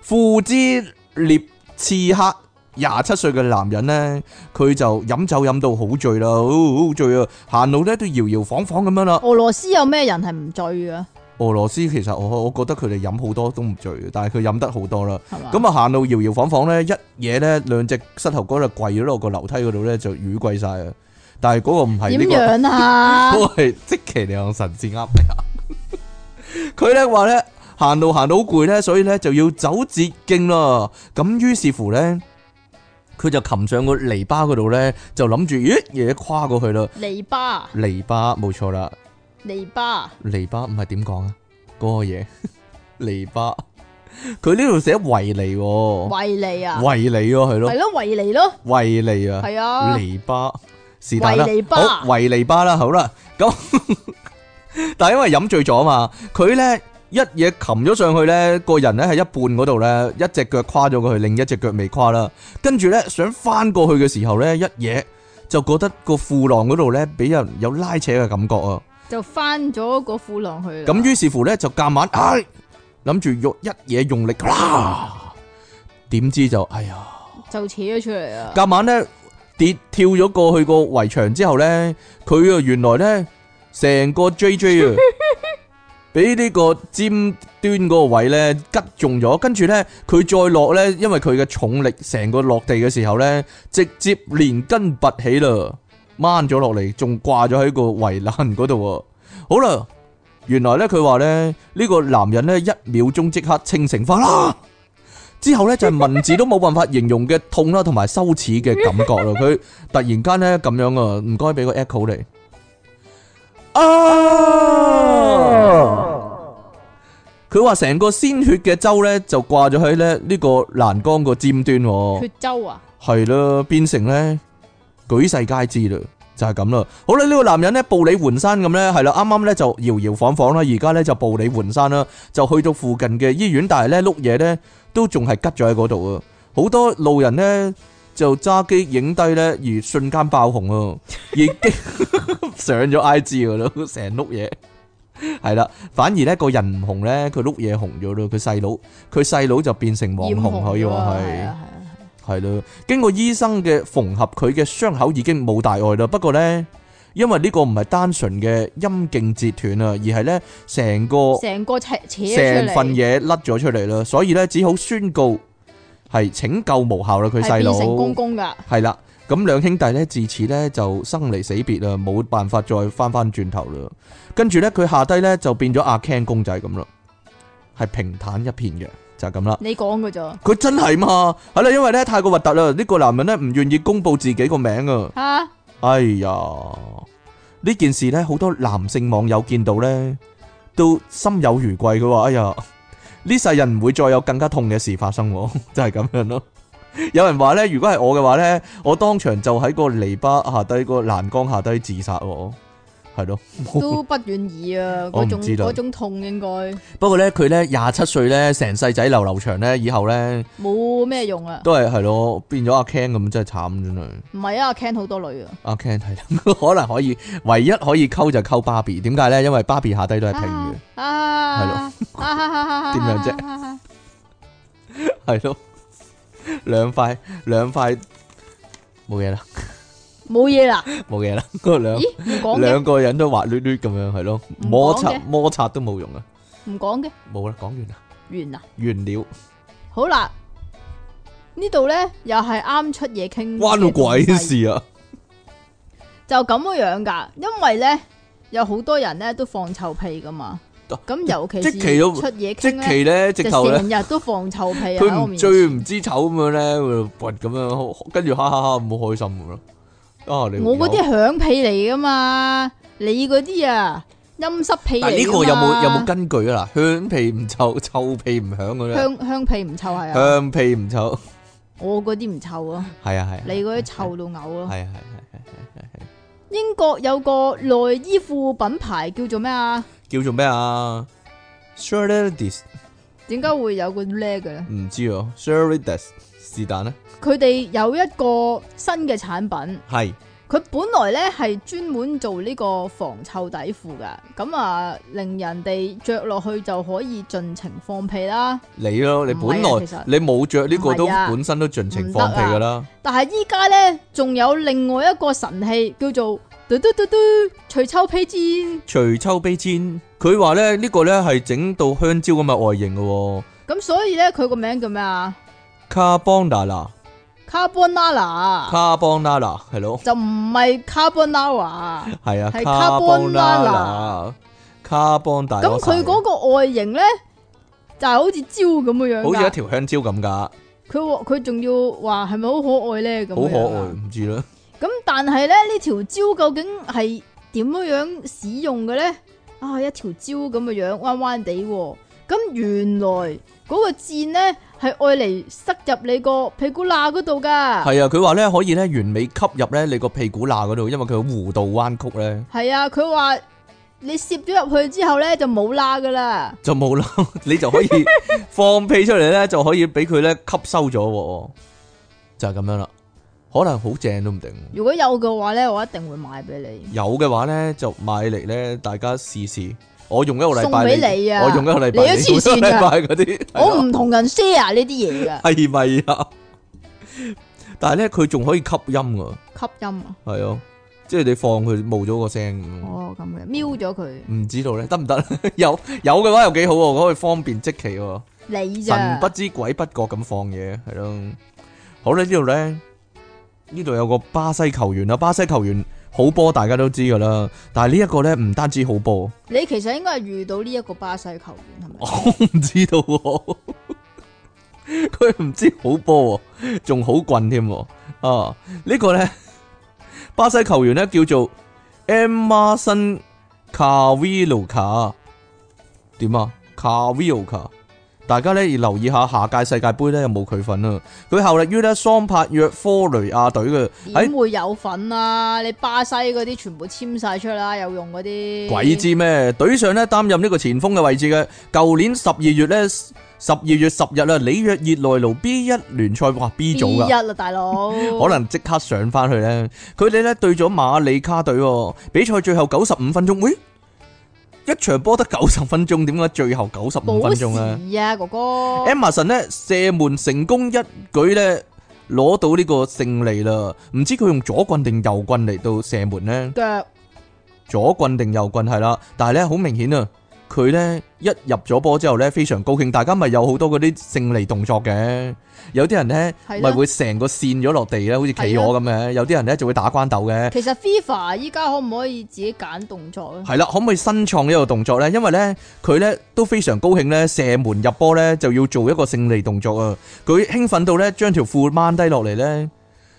富茲列茨克廿七歲嘅男人呢，佢就飲酒飲到好醉啦，好好醉啊，行路咧都搖搖晃晃咁樣啦。
俄羅斯有咩人係唔醉嘅？
俄羅斯其實我我覺得佢哋飲好多都唔醉嘅，但係佢飲得好多啦。
係嘛？
咁啊行路搖搖晃晃咧，一嘢咧兩隻膝頭哥就跪咗落個樓梯嗰度咧就瘀跪晒啊！但係嗰個唔係哦
點
呢個。
樣啊？
都係即其兩神至啱 佢咧話咧行路行到好攰咧，所以咧就要走捷徑啦。咁於是乎咧，佢就擒上個篱笆嗰度咧，就諗住咦嘢跨過去啦。
篱笆，
篱笆冇錯啦，
篱笆，
篱笆唔係點講啊？嗰、個嘢 篱笆，佢呢度寫維尼喎，
维尼啊，
哦維尼喎係咯
系，咯，维尼咯，
維尼啊。
系啊，
篱笆是但啦
維尼，巴
好維尼巴啦，好啦，咁 但係因為飲醉咗嘛，佢咧一嘢擒咗上去咧，個人咧喺一半嗰度咧，一隻腳跨咗過去，另一隻腳未跨啦，跟住咧想翻過去嘅時候咧，一嘢就覺得個褲浪嗰度咧俾人有拉扯嘅感覺啊，
就翻咗個褲浪去啦。啊
咁於是乎咧就夾硬，唉，諗住用一嘢用力，啦，點知就哎呀〜
就扯咗出嚟啊！
夾晚咧跌跳咗過去個圍牆之後咧，佢啊原來咧成個 J J 啊，俾呢個尖端嗰個位咧吉中咗，跟住咧佢再落咧，因為佢嘅重力成個落地嘅時候咧，直接連根拔起啦，掹咗落嚟，仲掛咗喺個圍欄嗰度喎。好啦，原來咧佢話咧呢個男人咧一秒鐘即刻清醒翻啦。之後咧就係文字都冇辦法形容嘅痛啦，同埋羞恥嘅感覺啦。佢突然間咧咁樣啊，唔該俾個 echo 你啊！佢話成個鮮血嘅周咧就掛咗喺咧呢個欄杆個尖端喎。
血周啊，
係啦，變成咧舉世皆知啦，就係咁啦。好啦，呢、個男人咧步履蹣跚咁咧，係啦，啱啱咧就搖搖晃晃啦，而家咧就步履蹣跚啦，就去到附近嘅醫院，但係咧碌嘢咧都仲係吉咗喺嗰度啊！好多路人咧就揸機影低咧，而瞬間爆紅啊！已經 上咗 I G 噶啦，成碌嘢。係啦，反而咧個人唔紅咧，佢碌嘢紅咗咯。佢細佬，佢細佬就變成網
染
紅可以
咗啊
話
係
係。
啊係啊
系咯，經過醫生嘅縫合，佢嘅傷口已經冇大礙啦。不過呢，因為呢個唔係單純嘅陰莖截斷啊，而係呢成個
成個扯扯咗出嚟
哦成份嘢甩咗出嚟啦，所以呢，只好宣告係拯救無效啦。佢
係
細
變成公
佬
公噶，
係啦，咁兩兄弟呢，自此呢就生離死別啦，冇辦法再翻翻轉頭啦。跟住呢，佢下低呢就變咗阿 Ken 公仔咁啦，係平坦一片嘅，就係咁啦。
你講噶咋
佢真係嘛？係啦，因為咧太過核突啦，呢、個男人咧唔願意公佈自己個名啊！
吓？
哎呀，呢件事咧好多男性網友見到咧都心有餘悸，佢話：哎呀，呢世人唔會再有更加痛嘅事發生喎， 就係咁樣咯。有人話咧，如果係我嘅話咧，我當場就喺個籬笆下低、個欄杆下低自殺喎，係咯。
都不願意啊！
我唔
嗰種
知道
嗰種痛應該
不過咧，佢咧廿七歲咧，成世仔流流長咧，以後咧
冇咩用啊！
都係係咯，變咗阿 Ken 咁，真係慘真係。
唔係啊阿，Ken 好多女啊，
阿 Ken 係啦，可能可以，唯一可以溝就溝芭比。點解咧？因為芭比下低都係平
啊
嘅，
啊，係
點樣
啫？
係咯，兩塊兩塊冇嘢啦，
冇嘢啦，
冇嘢啦，嗰兩
咦？唔講嘅，
兩個人都滑捋捋咁樣，係咯，
唔講嘅
摩擦摩擦都冇用啊，
唔講嘅，
冇啦，講完啦，
完啦。
完了，
好啦，呢度咧又係啱出嘢傾，
關到鬼！事啊！
就咁樣樣噶，因為咧有好多人咧都放臭屁噶嘛，
啊
咁尤其是
即即期都
出嘢
即
傾咧，
期咧，
就
直頭咧，
成日都放臭屁啊喺我
佢
面
唔
前。
最唔知醜咁樣咧，佢就拔咁樣，跟住哈哈哈咁好開心咁咯。啊，你
我嗰啲係響屁嚟噶嘛，你嗰啲啊陰濕屁嚟㗎啊嘛。
但呢個有冇有冇根據啊？嗱，香屁唔臭， 臭屁唔響嘅啫。
香香屁唔臭係啊？
啊香屁唔臭，
我嗰啲唔臭啊，
係啊係啊。
你嗰啲臭到嘔咯。
係啊係啊係啊係啊係啊，
英國有個內衣褲品牌叫做咩啊？
叫做咩啊 s h i r l e y d i s
點解會有個叻嘅咧？
唔知啊 s h i r l e y d i s 是但啦，
佢哋有一個新嘅產品，
係
佢本來咧係專門做呢個防臭底褲噶，咁啊令人哋着落去就可以盡情放屁啦。
你咯，你
唔係
本
啊
來
其實
你冇着呢個都
唔係啊啊
本身都盡情放屁噶啦，
但係依家咧仲有另外一個神器叫做嘟嘟嘟嘟除臭披肩，
除抽悲煎，佢話咧呢個咧係整到香蕉咁嘅外形嘅喎，
咁所以咧佢個名叫咩啊
卡邦娜娜，
？Carbonara
卡邦娜娜係咯，
就唔係 Carbonara。
係啊，
係
卡邦娜娜
Carbonara，
卡邦大
咁佢嗰個外形咧就係好似蕉咁嘅樣
好似一
㗎。
條香蕉咁噶，
佢話佢仲要話係咪好可愛咧咁
好可
樣啊
愛，。唔知啦。
咁但係咧呢條蕉究竟係點樣樣使用嘅咧？啊，一條蕉咁嘅樣彎彎地喎。咁原來嗰個箭咧係愛嚟塞入你個屁股罅嗰度㗎。
系啊，佢話咧可以咧完美吸入咧你個屁股罅嗰度，因為佢有弧度彎曲咧
係啊，佢話你攝咗入去之後咧就冇罅㗎啦。
就冇啦， 你 就可以放屁出嚟咧，就可以俾佢咧吸收咗喎，就係咁樣啦。可能好正都唔定，
如果有嘅話咧，我一定會買俾你。
有嘅話咧就買嚟咧，大家試試。我用一個禮拜，
送俾你啊
我用一個禮拜，
你都黐線㗎啊
用一個禮拜嗰啲，係
我
啊
唔同人 share 呢啲嘢㗎。
係咪啊？但係咧佢仲可以吸音噶，
吸音啊，
係啊，即係你放佢冇咗個聲咁。
哦咁嘅，瞄咗佢，
唔知道咧，得唔得？ 有有嘅話又幾好喎，可以方便即期喎，
你
神
咋
不？知鬼不覺咁放嘢，係咯。好啦，呢度咧，呢度有個巴西球員啦，啊巴西球員好波大家都知噶啦，但係呢一個咧唔單止好波，
你其實應該係遇到呢一個巴西球員係咪？
我唔知道喎， 佢唔知好波喎，仲好棍添喎，啊！呢個咧，巴西球員咧叫做 Emerson c a v i l o 卡，點啊 c a v i l o 卡，大家咧要留意下下屆世界盃咧有冇佢份啊！佢效力於咧桑柏約科雷亞隊嘅，
點
喺
會有份啊？你巴西嗰啲全部簽晒出啦，有用嗰啲
鬼知咩？隊上咧擔任呢個前鋒嘅位置嘅。舊年十二月咧，十二月十日啊，里約熱內盧 B 一聯賽，哇 B 組噶
一。啦，大佬，
可能即刻上翻去咧。佢哋咧對咗馬里卡隊喎，比賽最後九十五分鐘，喂、一場波得九十分鐘，點解最後九十五分
冇
鐘咧
事啊，哥哥，
？Emerson 咧射門成功一舉咧攞到呢個勝利啦。唔知佢用左棍定右棍嚟到射門咧？
腳
左棍定右棍係啦，但係咧好明顯啊，佢咧一入咗波之後咧非常高興，大家咪有好多嗰啲勝利動作嘅，有啲人咧
係
咪
啦。
會成個跣咗落地咧，好似企鵝咁嘅，有啲人咧就會打關鬥嘅。
其實 FIFA 依家可唔可以自己揀動作啊咧？
係啦，可唔可以新創呢個動作呢？因為呢，佢呢都非常高興呢，射門入波呢就要做一個勝利動作啊！佢興奮到呢，將條褲掹低落嚟呢，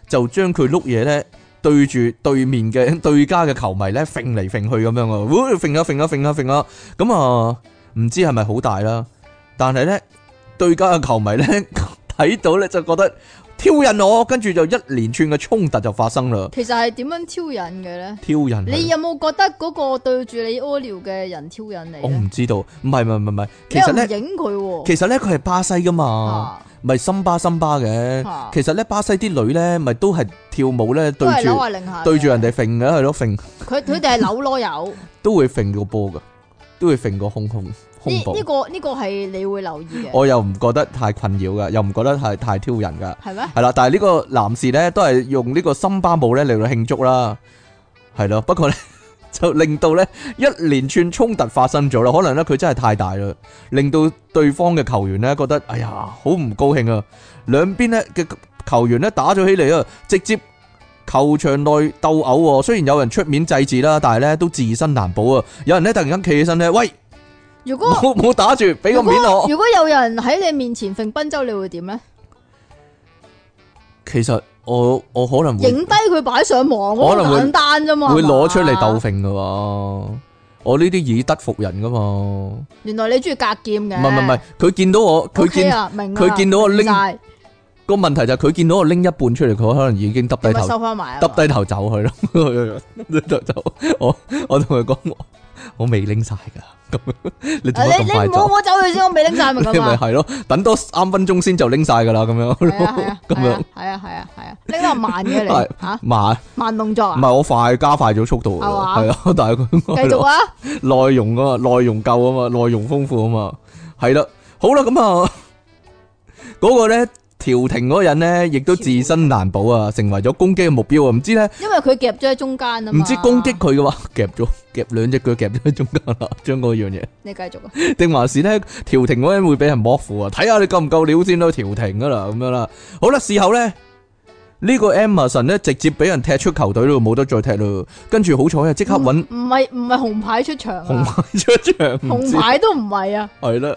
就將佢碌嘢呢對住對面嘅對家嘅球迷呢，揈嚟揈去咁樣啊！喎揈啊揈啊揈啊揈啊！咁啊，唔知係咪好大啦？但係呢，對家嘅球迷呢， 睇到呢，就覺得挑釁我，跟住就一連串嘅衝突就發生啦！
其實係點樣挑釁嘅咧？
挑釁係
你有冇覺得嗰個對住你屙尿嘅人挑釁你
我
咧？
唔知道，唔係唔係唔係唔係，
你
其
又
實
唔
呢。
影佢喎，
其實咧佢係巴西噶嘛，
啊
咪森巴森巴嘅
啊。
其實咧巴西啲女咧，咪都係跳舞咧
都
對
係扭
住
下擰下嘅，
對住人哋揈嘅，係咯揈
佢佢哋係扭咯 有。
都會揈個波噶，都會揈個胸胸胸
呢
部
呢。個呢個係你會留意嘅，
我又唔覺得太困擾噶，又唔覺得太太挑人噶，
係咩？
係啦。但係呢個男士咧都係用呢個森巴舞咧嚟到慶祝啦，係咯。不過咧 就令到咧一連串衝突發生咗啦，可能咧佢真係太大啦。令到對方嘅球員呢覺得哎呀好唔高興啊！兩邊呢嘅球員呢打咗起嚟啊，直接球場內鬥毆喎。雖然有人出面制止啦，但係呢都自身難保啊！有人呢突然間企起身呢，喂，
如果
冇冇打住，俾個
如果
面我。
如果有人喺你面前揈賓州，你會點咧？
其實我我可能會
影低佢擺上網，
可能
好
會
簡單啫嘛。
會
係嘛
攞出嚟鬥。揈噶喎。我呢啲以德服人噶嘛，唔
原來你中意格劍
係
嘅。
唔係唔係，佢見到我，佢
OK
見
啊，明啊
佢見到我拎
明晒
個問題就係佢見到我拎一半出嚟，佢可能已經耷低
咁咪
頭
收翻埋啊。
耷低頭走去咯， 耷低頭走。我我同佢講，我我未拎晒噶，咁樣你做乜
啊你
咁
你
快
唔好
走？
摸走佢先，我未拎晒咪
你
咁
咪
啊。
係咯，等多三分鐘先就拎晒噶啦，咁樣
係啊
咁
係
樣
啊係啊係啊係啊，拎得慢嘅
係
你吓
慢，
慢動作
唔
啊，
係我快加快咗速度㗎
係
啦，
嘛
係啊， 但係佢
繼續啊，
內容啊嘛，內容夠啊嘛，內容豐富啊嘛，係啦，好啦，咁啊， 嗰個咧調停嗰個人咧，亦都自身難保啊，成為咗攻擊嘅目標啊，唔知咧。
因為佢夾咗喺中間啊嘛。
唔知攻擊佢嘅話，夾咗夾兩隻腳夾咗喺中間啦， 將嗰樣嘢，
你繼續啊，
定還是咧調停嗰陣會俾人剝褲啊？睇下你夠唔夠料先咯，調停噶啦咁樣啦。好啦，事後咧呢、個 Emerson 咧直接俾人踢出球隊咯，冇得再踢咯。跟住好彩啊，即刻揾
唔係唔係紅牌出場
紅
啊，
牌出場，唔知
紅牌都唔係啊，
係啦。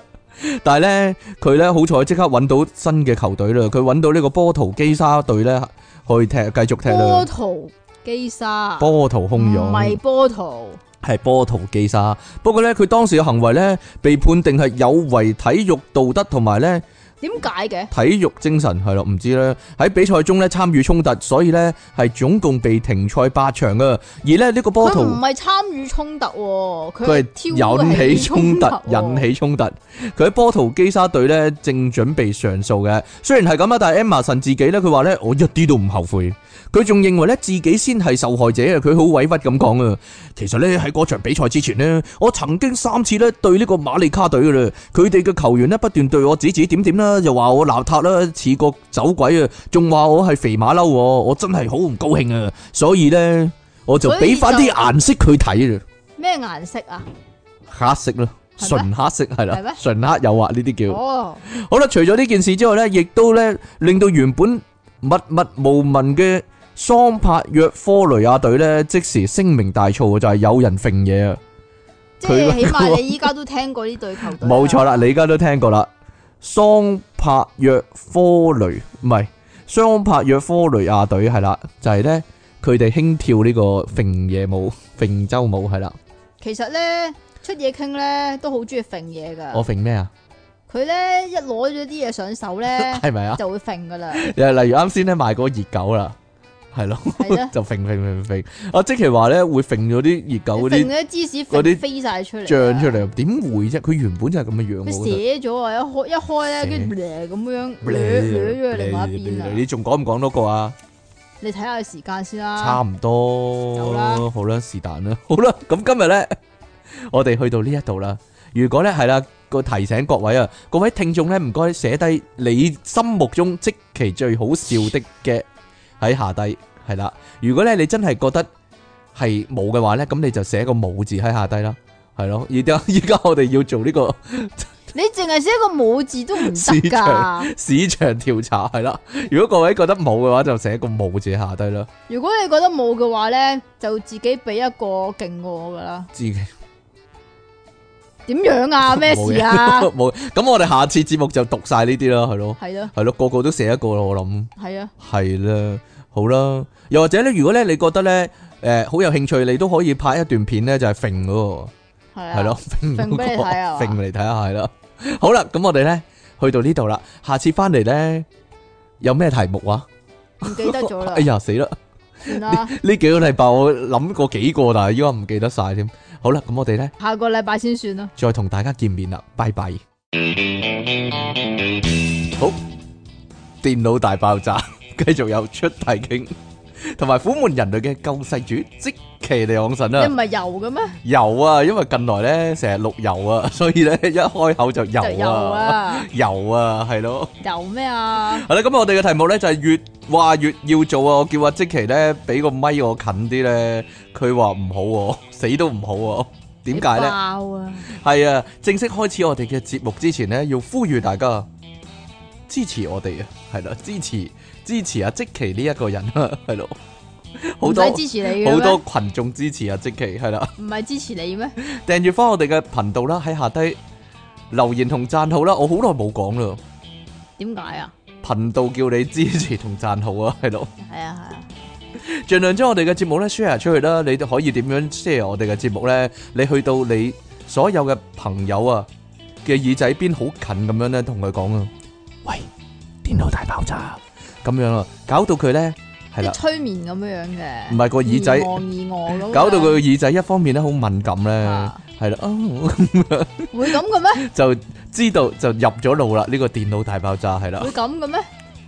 但係咧佢咧好彩即刻揾到新嘅球隊啦，佢揾到呢個波圖基沙隊咧去踢，繼續踢
波
啦。
圖基沙。啊
波圖
唔
洶湧。
係波圖，
係波圖基沙。不過咧，佢當時嘅行為咧，被判定係有違體育道德同埋咧
點解嘅？
體育精神，係咯，唔知咧喺比賽中咧參與衝突，所以咧係總共被停賽八場噶。而咧呢個波
佢唔
圖。
係參與衝突喎，
佢
佢挑
係引起衝突，引
喎
起衝突。佢喺波圖基沙隊咧正準備上訴嘅。雖然係咁啊，但係 Emerson 自己咧，佢話咧我一啲都唔後悔。佢仲認為咧自己先係受害者啊！佢好委屈咁講啊。其實咧喺嗰場比賽之前呢，我曾經三次咧對呢個馬利卡隊噶啦，佢哋嘅球員呢不斷對我指指點點啦，啦，又話我邋遢啦，似個走鬼啊，仲話我係肥馬騮喎，我真係好唔高興啊！所以咧，我就
所以
俾翻啲
就
顏色佢睇啊啦，
咩顏色啊？
黑色
係
啦，
咩
純黑色係
係咩
啦，純黑誘惑呢啲叫。
哦，
好啦，除咗呢件事之外咧，亦都咧令到原本默默無聞嘅桑柏約科雷亞隊咧，即時聲名大噪啊！就係、有人揈嘢啊！
即
佢
係
嗰
起
個
碼你依家都聽過呢隊啊球隊。
冇錯啦，你而家都聽過啦，桑柏約科雷唔係桑柏約科雷亞隊係啦，就係咧佢哋輕跳呢個揈嘢舞、揈州舞係啦。
其實咧出嘢傾咧都好中意揈嘢
我
㗎。
揈咩啊？
佢咧一攞咗啲嘢上手咧
係咪啊？
就會揈㗎 啦，
又例如啱先咧賣嗰個熱狗啦，係咯，。
係啊啦
就揈揈揈揈。阿即其話咧會揈咗啲熱狗嗰啲
揈。咗啲啊芝士
嗰啲
揈飛晒出嚟，
漲出。嚟，點會啫？佢原本就係咁嘅樣
佢
喎。我覺得
寫咗啊！一開一開咧，跟住咧咁樣掠掠咗去另外一邊啊！
你仲講唔講多個啊？
你睇下時間先
差
啦，
唔多
有啦，
好啦， 是但啦，好啦，咁今日咧， 我哋去到呢一度啦。如果咧係啦，個提醒各位啊，各位聽眾咧，唔該寫低你心目中即期最好笑的嘅喺下低，係啦。如果咧你真係覺得係冇嘅話咧，咁你就寫個冇字喺下低 啦，係咯。而家而家我哋要做呢個。
你淨係寫個冇字都唔
市
得
場
噶。
市場調查係啦。如果各位覺得冇嘅話，就寫個冇字下低啦。
如果你覺得冇嘅話咧，就自己俾一個勁過我噶啦。
自己
點樣啊？咩事啊？
冇嘢冇。咁我哋下次節目就讀晒呢啲啦，係咯，
係咯，
係咯，個個都寫一個咯。我諗
係啊，
係啦，好啦。又或者咧，如果咧你覺得咧誒好有興趣，你都可以拍一段片咧，就係揈嗰個。
係啊，
系咯，揈嗰
揈俾你
個
睇啊
揈嚟睇下系啦。好啦，咁我哋咧去到呢度啦，下次翻嚟咧有咩題目啊？
唔記得 咗啦
哎，呀，死啦！
算啦，
呢幾個禮拜我諗過幾個，但係依家唔記得晒添。好啦，咁我哋呢，
下個禮拜先算啦。
再同大家見面啦，拜拜。好，電腦大爆炸， 繼續有出題傾，同埋苦悶人類嘅救世主即其利昂神
你唔
啊！
係油 嘅咩？
油啊，因為近來呢成日錄油啊， 所以呢一開口就油
就油
啊，
啊，
油啊，係咯。
油咩啊？
系啦，咁我哋嘅題目咧就係越話越要做啊！我叫阿即奇咧俾個咪我近啲咧，佢話唔好喎，死都唔好喎。 點解
你
咧？
爆啊！
係啊，正式開始我哋嘅節目之前咧，要呼籲大家支持我哋啊，係啦，支持支持阿即奇呢一個人啊， 係咯，好
唔
多
使支持你嘅
好
咩
多群眾支持阿即奇，係啦。
唔係支持你咩？
訂閱翻我哋嘅頻道啦，喺下低留言同讚好啦，我好耐冇講啦，
點解啊？
頻道叫你支持同讚好啊，係咯。
係啊係啊，
盡量將我哋嘅節目咧 share 出去啦。你都可以點樣 share 我哋嘅節目咧？你去到你所有嘅朋友啊嘅耳仔邊好近咁樣咧，同佢講啊，喂，電腦大爆炸咁樣啊，搞到佢咧係
即
啦
係，催眠咁樣樣嘅。
唔係個耳仔
而我而我咁樣。
搞到佢嘅耳仔一方面咧好敏感咧
啊，
係啦、 啊
會咁嘅 咩？
就知道就入咗腦啦。呢、個電腦大爆炸係啦
會，咁嘅咩？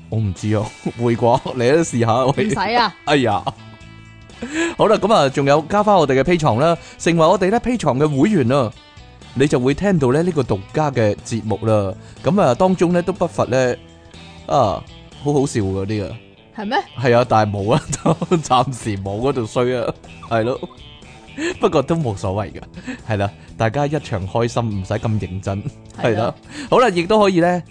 我唔知啊，會啩？你都試下
唔
喂。
使啊，
哎呀，好啦，咁啊，仲有加翻我哋嘅 P 床啦，成為我哋咧 P 床嘅會員啊，你就會聽到咧呢個獨家嘅節目啦。咁啊，當中咧都不乏咧啊，好好笑嗰啲啊，
係咩？
係啊，但係冇啊， 暫時冇嗰度衰啊，係咯。不過都冇所謂嘅，係啦，大家一場開心，唔使咁認真。系啦，，好啦，亦都可以咧，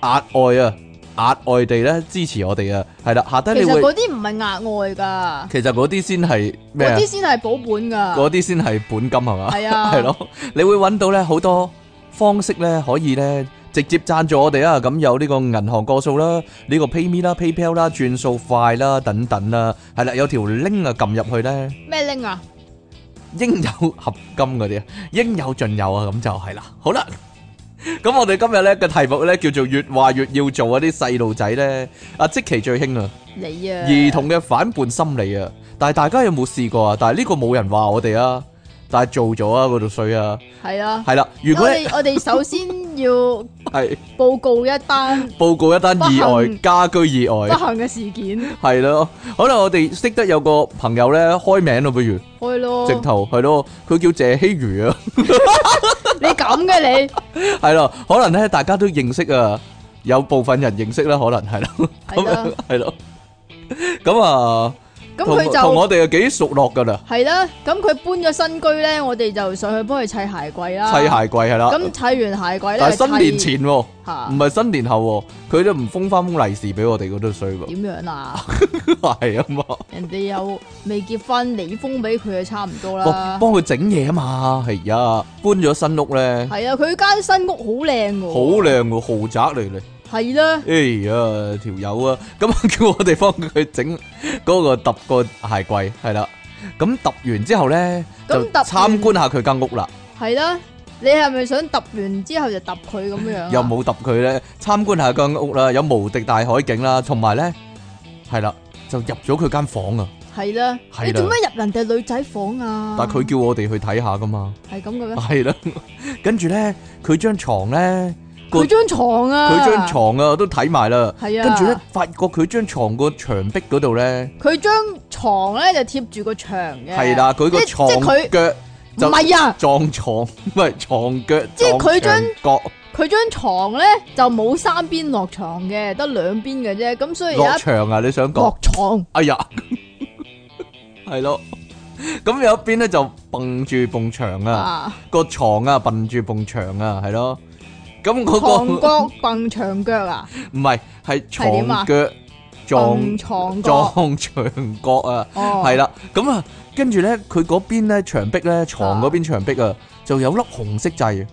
額外啊，額外地咧支持我哋啊，係啦，下低
其
你
實
會，
嗰啲唔係額外㗎，
其實嗰啲先係咩
嗰
啊
啲？先係保本㗎。
嗰啲先係本金係嘛？
係啊
係咯，你會揾到咧好多方式咧，可以咧直接贊助我哋啊，咁有呢個銀行個數啦，呢個 PayMe 啦、PayPal 啦、轉數快啦等等啦，係啦，有條 link 啊撳入去咧。
咩拎啊？
應有合金嗰啲啊，應有盡有啊，咁就係啦。好啦，咁我哋今日咧嘅題目咧叫做越話越要做啊，啲細路仔咧，啊即期最興啊，
你啊？
兒童嘅反叛心理啊。但係大家有冇試過啊？但係呢個冇人話我哋啊，但係做咗啊，嗰度衰啊，
係啊。
係啦。如
我
果呢
哋我哋首先要
係
報告一單
報告一單意
不
外，
幸
家居意
不
外
幸，嘅事件，
係咯。可能我哋識得有個朋友咧，開名咯，不如
開咯，
直頭係咯，佢叫謝希如啊，
你咁嘅你，
係咯，可能咧大家都認識啊，有部分人認識啦，可能係啦，咁
係啦
樣，係咯，咁啊，
咁
同
佢
同
就
我哋啊幾熟絡噶啦，
係啦，咁佢搬咗新居咧，我哋就上去幫佢砌鞋櫃啦，
砌鞋，櫃係啦，
咁砌完鞋櫃咧，
但係新年前喎。
吓
唔係新年後喎，佢都唔封翻封利是俾我哋嗰度衰喎，
點樣啊？
係啊嘛，
人哋又未結婚，你封俾佢就差唔多啦
幫。幫佢整嘢啊嘛，係啊，搬咗新屋咧，
係啊，佢間新屋好靚噶，
好靚喎，豪宅嚟嚟，
係啦，
哎呀條友啊，咁啊 叫我哋幫佢整嗰個揼個鞋櫃，係啦，咁揼完之後咧
咁
就
揼完
參觀下佢間屋啦，
係啦。你係咪想揼完之後就揼佢咁樣啊？
又冇揼佢咧，參觀下間屋啦，有無敵大海景啦，同埋咧係啦，就入咗佢間房啊，
係啦，
係啦
你做咩入人哋女仔房啊？
但係佢叫我哋去睇下噶嘛。
係咁嘅咩？
系 啦，跟住咧，佢張床咧，個
佢張床啊，
佢張床啊，我都睇埋啦。
係啊，
跟住咧，發覺佢張床個牆壁嗰度咧，
佢張床咧就貼住個牆嘅，
係啦，佢個
即
床
即係
腳
佢唔
就
係啊，
撞床，唔係床腳
即係
撞
佢
牆
張
角
佢張床咧就冇三邊落床嘅，得兩邊嘅啫，咁所以有
落
一
牆啊！你想講
落？床
哎呀， 係咯，咁有一邊咧就蹦住埲牆啊，
啊，
個床啊蹦住埲牆啊，係咯。咁
床
嗰個
角蹦牆腳啊，
唔係係
點啊
床腳撞
蹦床角，
撞牆角啊！
哦，
系，啦，咁啊，跟住咧，佢嗰邊咧牆壁咧，床嗰邊牆壁啊，就有粒紅色掣，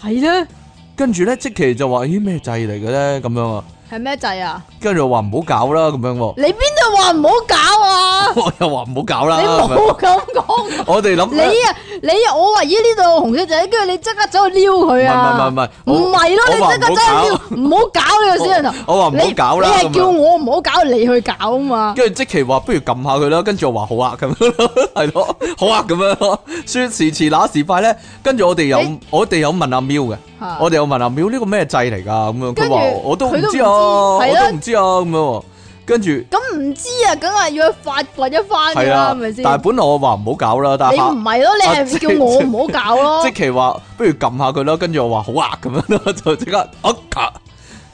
係啦，
跟住咧，即期就話：咦，咩掣嚟嘅咧？咁樣啊，
係咩掣啊？
跟住我話唔好搞啦，咁 樣喎，
你邊度話唔好搞啊？
我又話唔好搞啦，
你
咁樣
冇咁講，
我哋諗呃
你啊你啊，我話咦呢度有紅色仔，跟住你即刻走去撩佢啊！
唔係唔係唔係
唔
我
係
我話
咯，你即刻走去撩，唔好搞呢個小人頭。
我話唔好
你
搞啦，
啊你係
咁
叫
樣
我唔好搞，你去搞啊 嘛。
跟住即期話不如撳下佢啦，跟住我話好啊，咁樣 咯，係咯，好啊，咁樣咯，說時遲那時快咧，跟住我哋有
你
我哋有問阿 Miu 嘅。
嚇
我哋又問阿淼呢個咩掣嚟㗎咁樣，佢
跟住
話我都唔
佢
知啊，
都唔知
我
係啊
都唔知啊咁樣喎。跟住
咁唔知啊，梗係要去發掘一番㗎
係
啦，
啊
係咪，先？
但係本來我話唔好搞啦，但
你唔
係
係咯，你
啊即
係叫我唔好搞咯
即。期話不如撳下佢啦，跟住我話好啊咁樣咯， 就即刻啊咔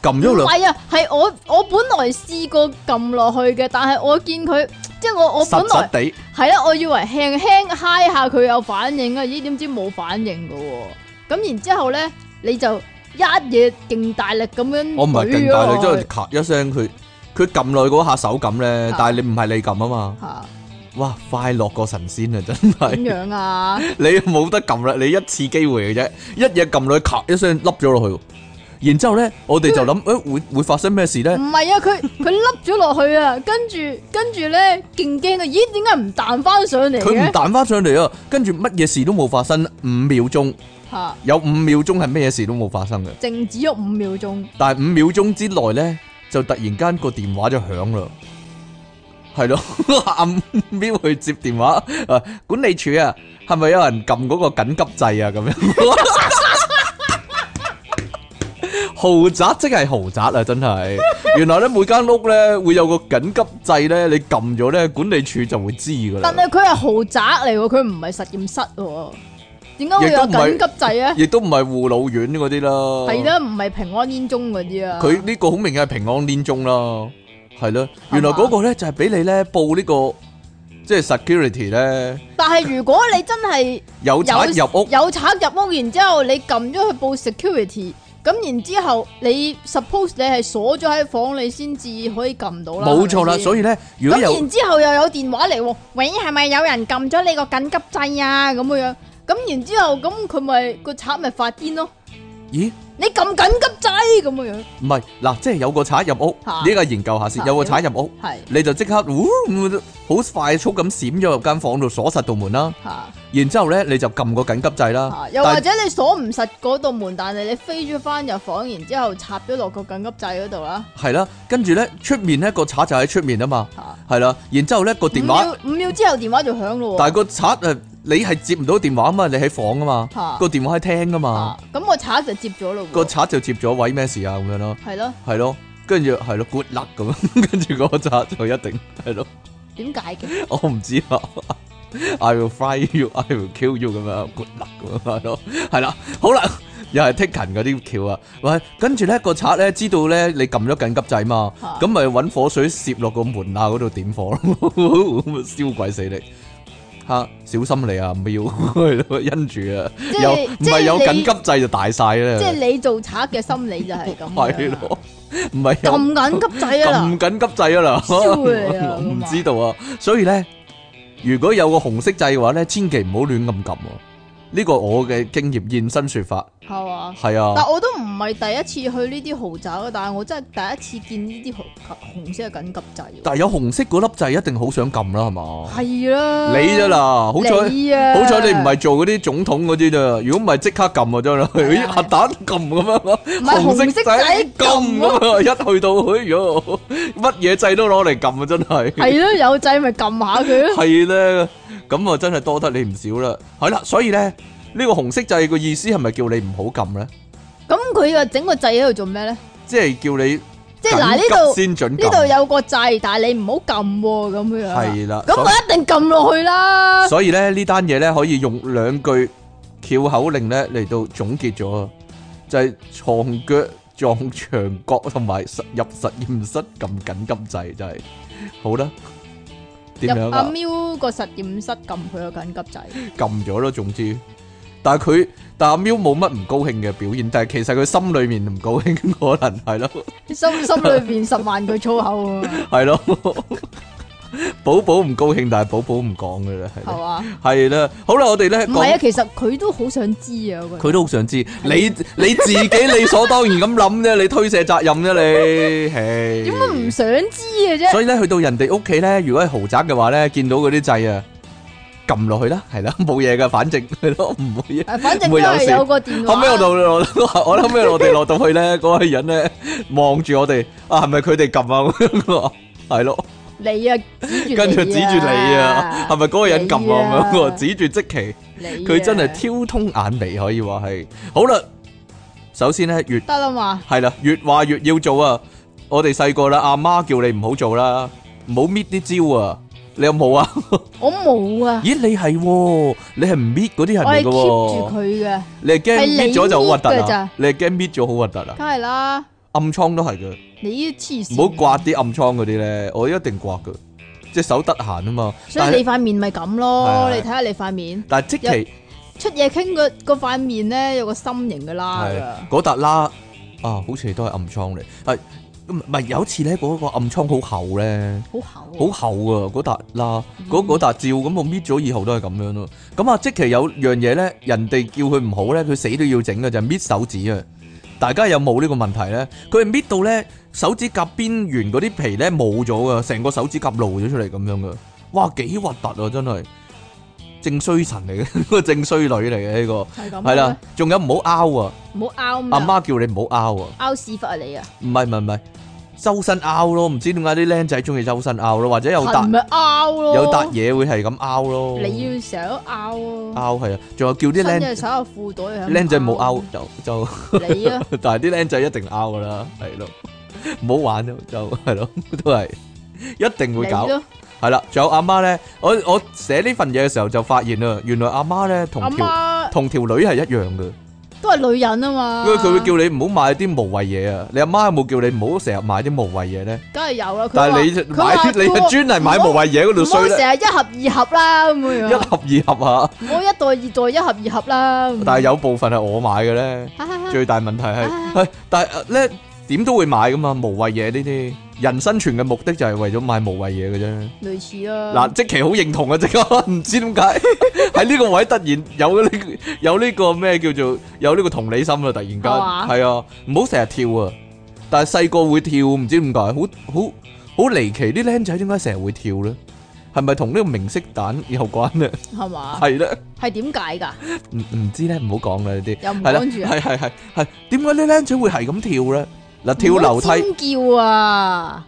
撳咗
唔
兩
係啊，係我我本來試過撳落去嘅，但係我見佢即係我我本
實實
來
地，
係啦，我以為輕輕嗨下佢有反應啊，咦點知冇反應嘅喎。咁然之後咧，你就一嘢勁大力咁樣，
我唔係勁大力，即係
係
咔一聲佢佢撳落去嗰下手感咧
啊，
但係你唔係你撳啊嘛，
嚇
哇快樂過神仙啊真係
點，樣啊？
你冇得撳啦，你一次機會嘅啫，一嘢撳落去咔一聲凹咗落去喎，然之後咧我
嗯
哋就諗誒會會發生咩事咧？
唔係啊，佢佢凹咗落去啊，跟住跟住咧，勁驚啊！咦，點解唔彈翻上嚟
佢唔
嘅？
彈翻上嚟啊！跟住乜嘢事都冇發生，五秒鐘
吓，
有五秒鐘係咩事都冇發生嘅，
靜止咗五秒鐘，
但係五秒鐘之內咧，就突然間個電話就響啦，係咯， 阿喵去接電話，啊管理處啊，係咪有人撳嗰個緊急掣啊？咁樣， 豪宅即係豪宅啊！真係，原來咧每間屋咧會有個緊急掣咧，你撳咗咧，管理處就會知噶啦
但。係佢係豪宅嚟喎，佢唔係實驗室喎，點解會有
亦都唔
緊
係
急掣啊？
亦都唔係護老院嗰啲啦。
係，啦，唔係平安煙中嗰啲啊。
佢呢個好明顯係平安年中啦，係咯。
係嘛
原來嗰個咧就係俾你咧報呢個即係 security 咧
但係如果你真係
有賊
有
入屋，
有賊入屋，然之後你撳咗去報 security，咁然之後你 suppose 你係鎖咗喺房，你先至可以撳到啦。
冇錯
係咪
啦。
先
所以咧，如果
咁
有
然之後又有電話嚟喎，喂，係咪有人撳咗你個緊急掣啊？咁樣，咁然之後咁佢咪個賊咪發癲咯？
咦
你撳緊急掣咁樣，
唔係嗱，即係有個賊入屋，
嚇
呢個研究下先。
嚇
有個賊入屋，
係
你就即刻呜咁好快速咁閃咗入間房度鎖實道門啦。
嚇
然之後咧你就撳個緊急掣啦
嚇，。啊又
但
或者你鎖唔實嗰道門，但係你飛咗翻入房，然之後插咗落個緊急掣嗰度啦
係啦，跟住咧出面咧個賊就喺出面啊嘛，
嚇。
係啦。然之後咧個電
五
話。
秒五秒之後電話就響咯
但
喎
係個賊呃誒，你係接唔到電話啊嘛，你喺房啊嘛，
嚇
個電話喺廳啊嘛，
嚇，咁個賊就接咗咯
個
喎，
刷就接咗位咩事啊咁樣咯，
係咯，
係咯，跟住係咯 good luck 咁樣， 跟住嗰個刷就一定係咯，
點解嘅？
我唔知啊。I will fry you, I will kill you 咁樣 good luck 咁樣係咯，係啦，好啦，又係 Taken 嗰啲橋啊，喂，跟住咧個刷咧知道咧你撳咗緊急掣嘛，
嚇
咁咪揾火水攝落個門罅啊嗰度點火咯， 咁咪燒鬼死你！吓，小心你啊，唔要 因住啊，
即係
有唔
即係
係有
你
緊急掣就大晒
即係
咧，
你做賊嘅心理就係咁樣啊
係咯，唔係有
咁緊急掣啊
咁
啦，
緊急掣啊啦，
燒你啊
我唔
咁啊
知道啊，所以咧，如果有個紅色掣嘅話咧，千祈唔好亂咁撳喎。呢個我嘅經驗現身說法，
係嘛？
係啊
但，我都唔係第一次去呢啲豪宅啊，但係我真係第一次見呢啲豪紅色嘅緊急掣喎。
但係有紅色嗰粒掣一定好想撳啦，係嘛？
係啦，
你啫，啦，好彩。
你啊，
好彩你唔係做嗰啲總統嗰啲咋，如果唔係即刻撳啊真係，
係
咦
啊
核彈撳咁樣咯，
唔係紅色仔
撳
撳咯，
咁啊，一去到，哎呦，乜嘢掣都攞嚟撳啊真係，
係咯，有掣咪撳下佢咯。
係咧，咁啊真係多得你唔少啦，係啦，所以咧呢個紅色掣個意思係咪叫你唔好撳咧？
咁佢又整個掣喺度做咩咧？
即係叫你
即係嗱呢
緊急
度
先準
呢度
撳，
有個掣，但係你唔好撳喎咁樣啊。
係啦，
咁我一定撳落去啦。
所以咧呢單嘢咧可以用兩句翹口令咧嚟到總結咗啊，就係、床腳撞牆角同埋實入實驗室撳緊急掣，真係好啦。點樣
入阿
啊？
喵個實驗室撳佢個緊急掣，
撳咗咯，總之。但係佢，但阿喵冇乜唔高興嘅表現，但係其實佢心裏面唔高興，可能係咯，
心心裏邊十萬句粗口啊，
係咯。寶寶唔高興，但係寶寶唔講嘅啦，係
係
咯
嘛？
係啦。好啦，我哋咧
唔
講
係啊，其實佢都好想知啊，我覺
佢都好想知，你你自己理所當然咁諗啫，你推卸責任啫你，唉
得點解唔想知嘅啫？
所以咧，去到人哋屋企咧，如果係豪宅嘅話咧，見到嗰啲掣啊，撳落去啦，係啦，冇嘢噶，反正係咯，唔會。
誒反正
唔
都
會有事
係有個電
後尾我
話，
到落，我後尾我哋落到去咧，嗰個人咧望住我哋，啊，係咪佢哋撳啊？咁樣啊係咯，
你啊，指住
跟住指住你 啊，係咪嗰個人撳啊？咁樣啊
你啊
指住即奇，
你啊
佢真係挑通眼眉，可以話係。好啦，首先咧，越
得啦嘛，
系啦，越話越要做啊！我哋細個啦，阿媽叫你唔好做啦，唔好搣啲蕉啊！你有冇啊？
我冇啊，
咦，你係喎，你係唔搣嗰啲人
我
嚟
係
噶
keep 住
喎？
佢嘅，
你係驚
係你
搣咗就好核突
搣㗎
啊
咋！
你係驚搣咗好核突啊！
梗係啦，
暗瘡都係嘅，
你黐線，
唔好，刮啲暗瘡嗰啲咧，我一定刮嘅，隻手得閒啊嘛。
所
但
以你
係
塊面咪咁
係
咯，
係
你睇下你塊面，
但係即期
出嘢傾個嗰塊面咧有個心形嘅啦
係
㗎。
嗰笪啦啊，好似都係暗瘡嚟，係唔係有一次咧嗰個暗瘡好厚咧？
好厚啊，
好厚啊！嗰笪啦，嗰嗰笪照咁，我搣咗以後都係咁樣咯。咁啊，即其有樣嘢咧，人哋叫佢唔好咧，佢死都要整嘅就係搣手指啊！大家有冇呢個問題咧？佢係搣到咧手指甲邊緣嗰啲皮咧冇咗噶，成個手指甲露咗出嚟咁樣噶，哇幾核突啊！真係正衰神嚟嘅， 正衰女嚟嘅呢個
係咁
係
嘅
啦
咩，。
仲有唔好拗啊！
唔好拗咁
阿
就
媽叫你唔好拗啊！
拗屎忽啊你啊，
唔係唔係唔係，周身拗咯，唔知點解啲僆仔中意周身拗咯，或者有笪
痕。咪拗咯，
有笪嘢會係咁拗咯，
你要成日都拗啊，
拗係啊，仲有叫啲
伸
僆
隻手入褲袋啊，
僆仔冇拗就就，
你啊，
但係啲僆仔一定拗噶啦，係咯，唔好玩咯，就係咯， 都係一定
你
會搞，
咯，
係啦。仲有阿媽咧，我我寫呢份嘢嘅時候就發現啦，原來阿媽咧同
阿
條
媽
同條女係一樣嘅，
都係女人啊嘛，
因為佢會叫你唔好買啲無謂嘢啊。你阿媽有冇叫你唔好成日買啲無謂嘢咧？
梗係有啦，佢
但係
話
你
佢
買
話
你係專係買無謂嘢嗰度
唔
衰
好成
咧，
日一盒二盒啦咁樣
一，盒二盒啊！
唔好一袋二袋一盒二盒啦，
但係有部分係我買嘅咧。
係
最大問題係
啊
係，但係咧點都會買噶嘛，無謂嘢呢啲。人生存嘅目的就係為咗買無謂嘢嘅啫。
類似啦，
嗱，即其好認同啊，即刻唔知點解 喺呢個位突然有呢有呢個咩叫做有呢個同理心啦，突然間
係嘛
係啊，唔好成日跳啊。但係細個會跳，唔知點解，好好好離奇啲僆仔點解成日會跳咧？係咪同呢個明色蛋有關咧？
係嘛，
係咧，
係點解㗎？
唔唔知咧，唔好講啦呢啲。
又唔
係啦，
講住啊，
係係係係，點解啲僆仔會係咁跳咧？嗱，跳樓
唔好
梯
尖叫啊！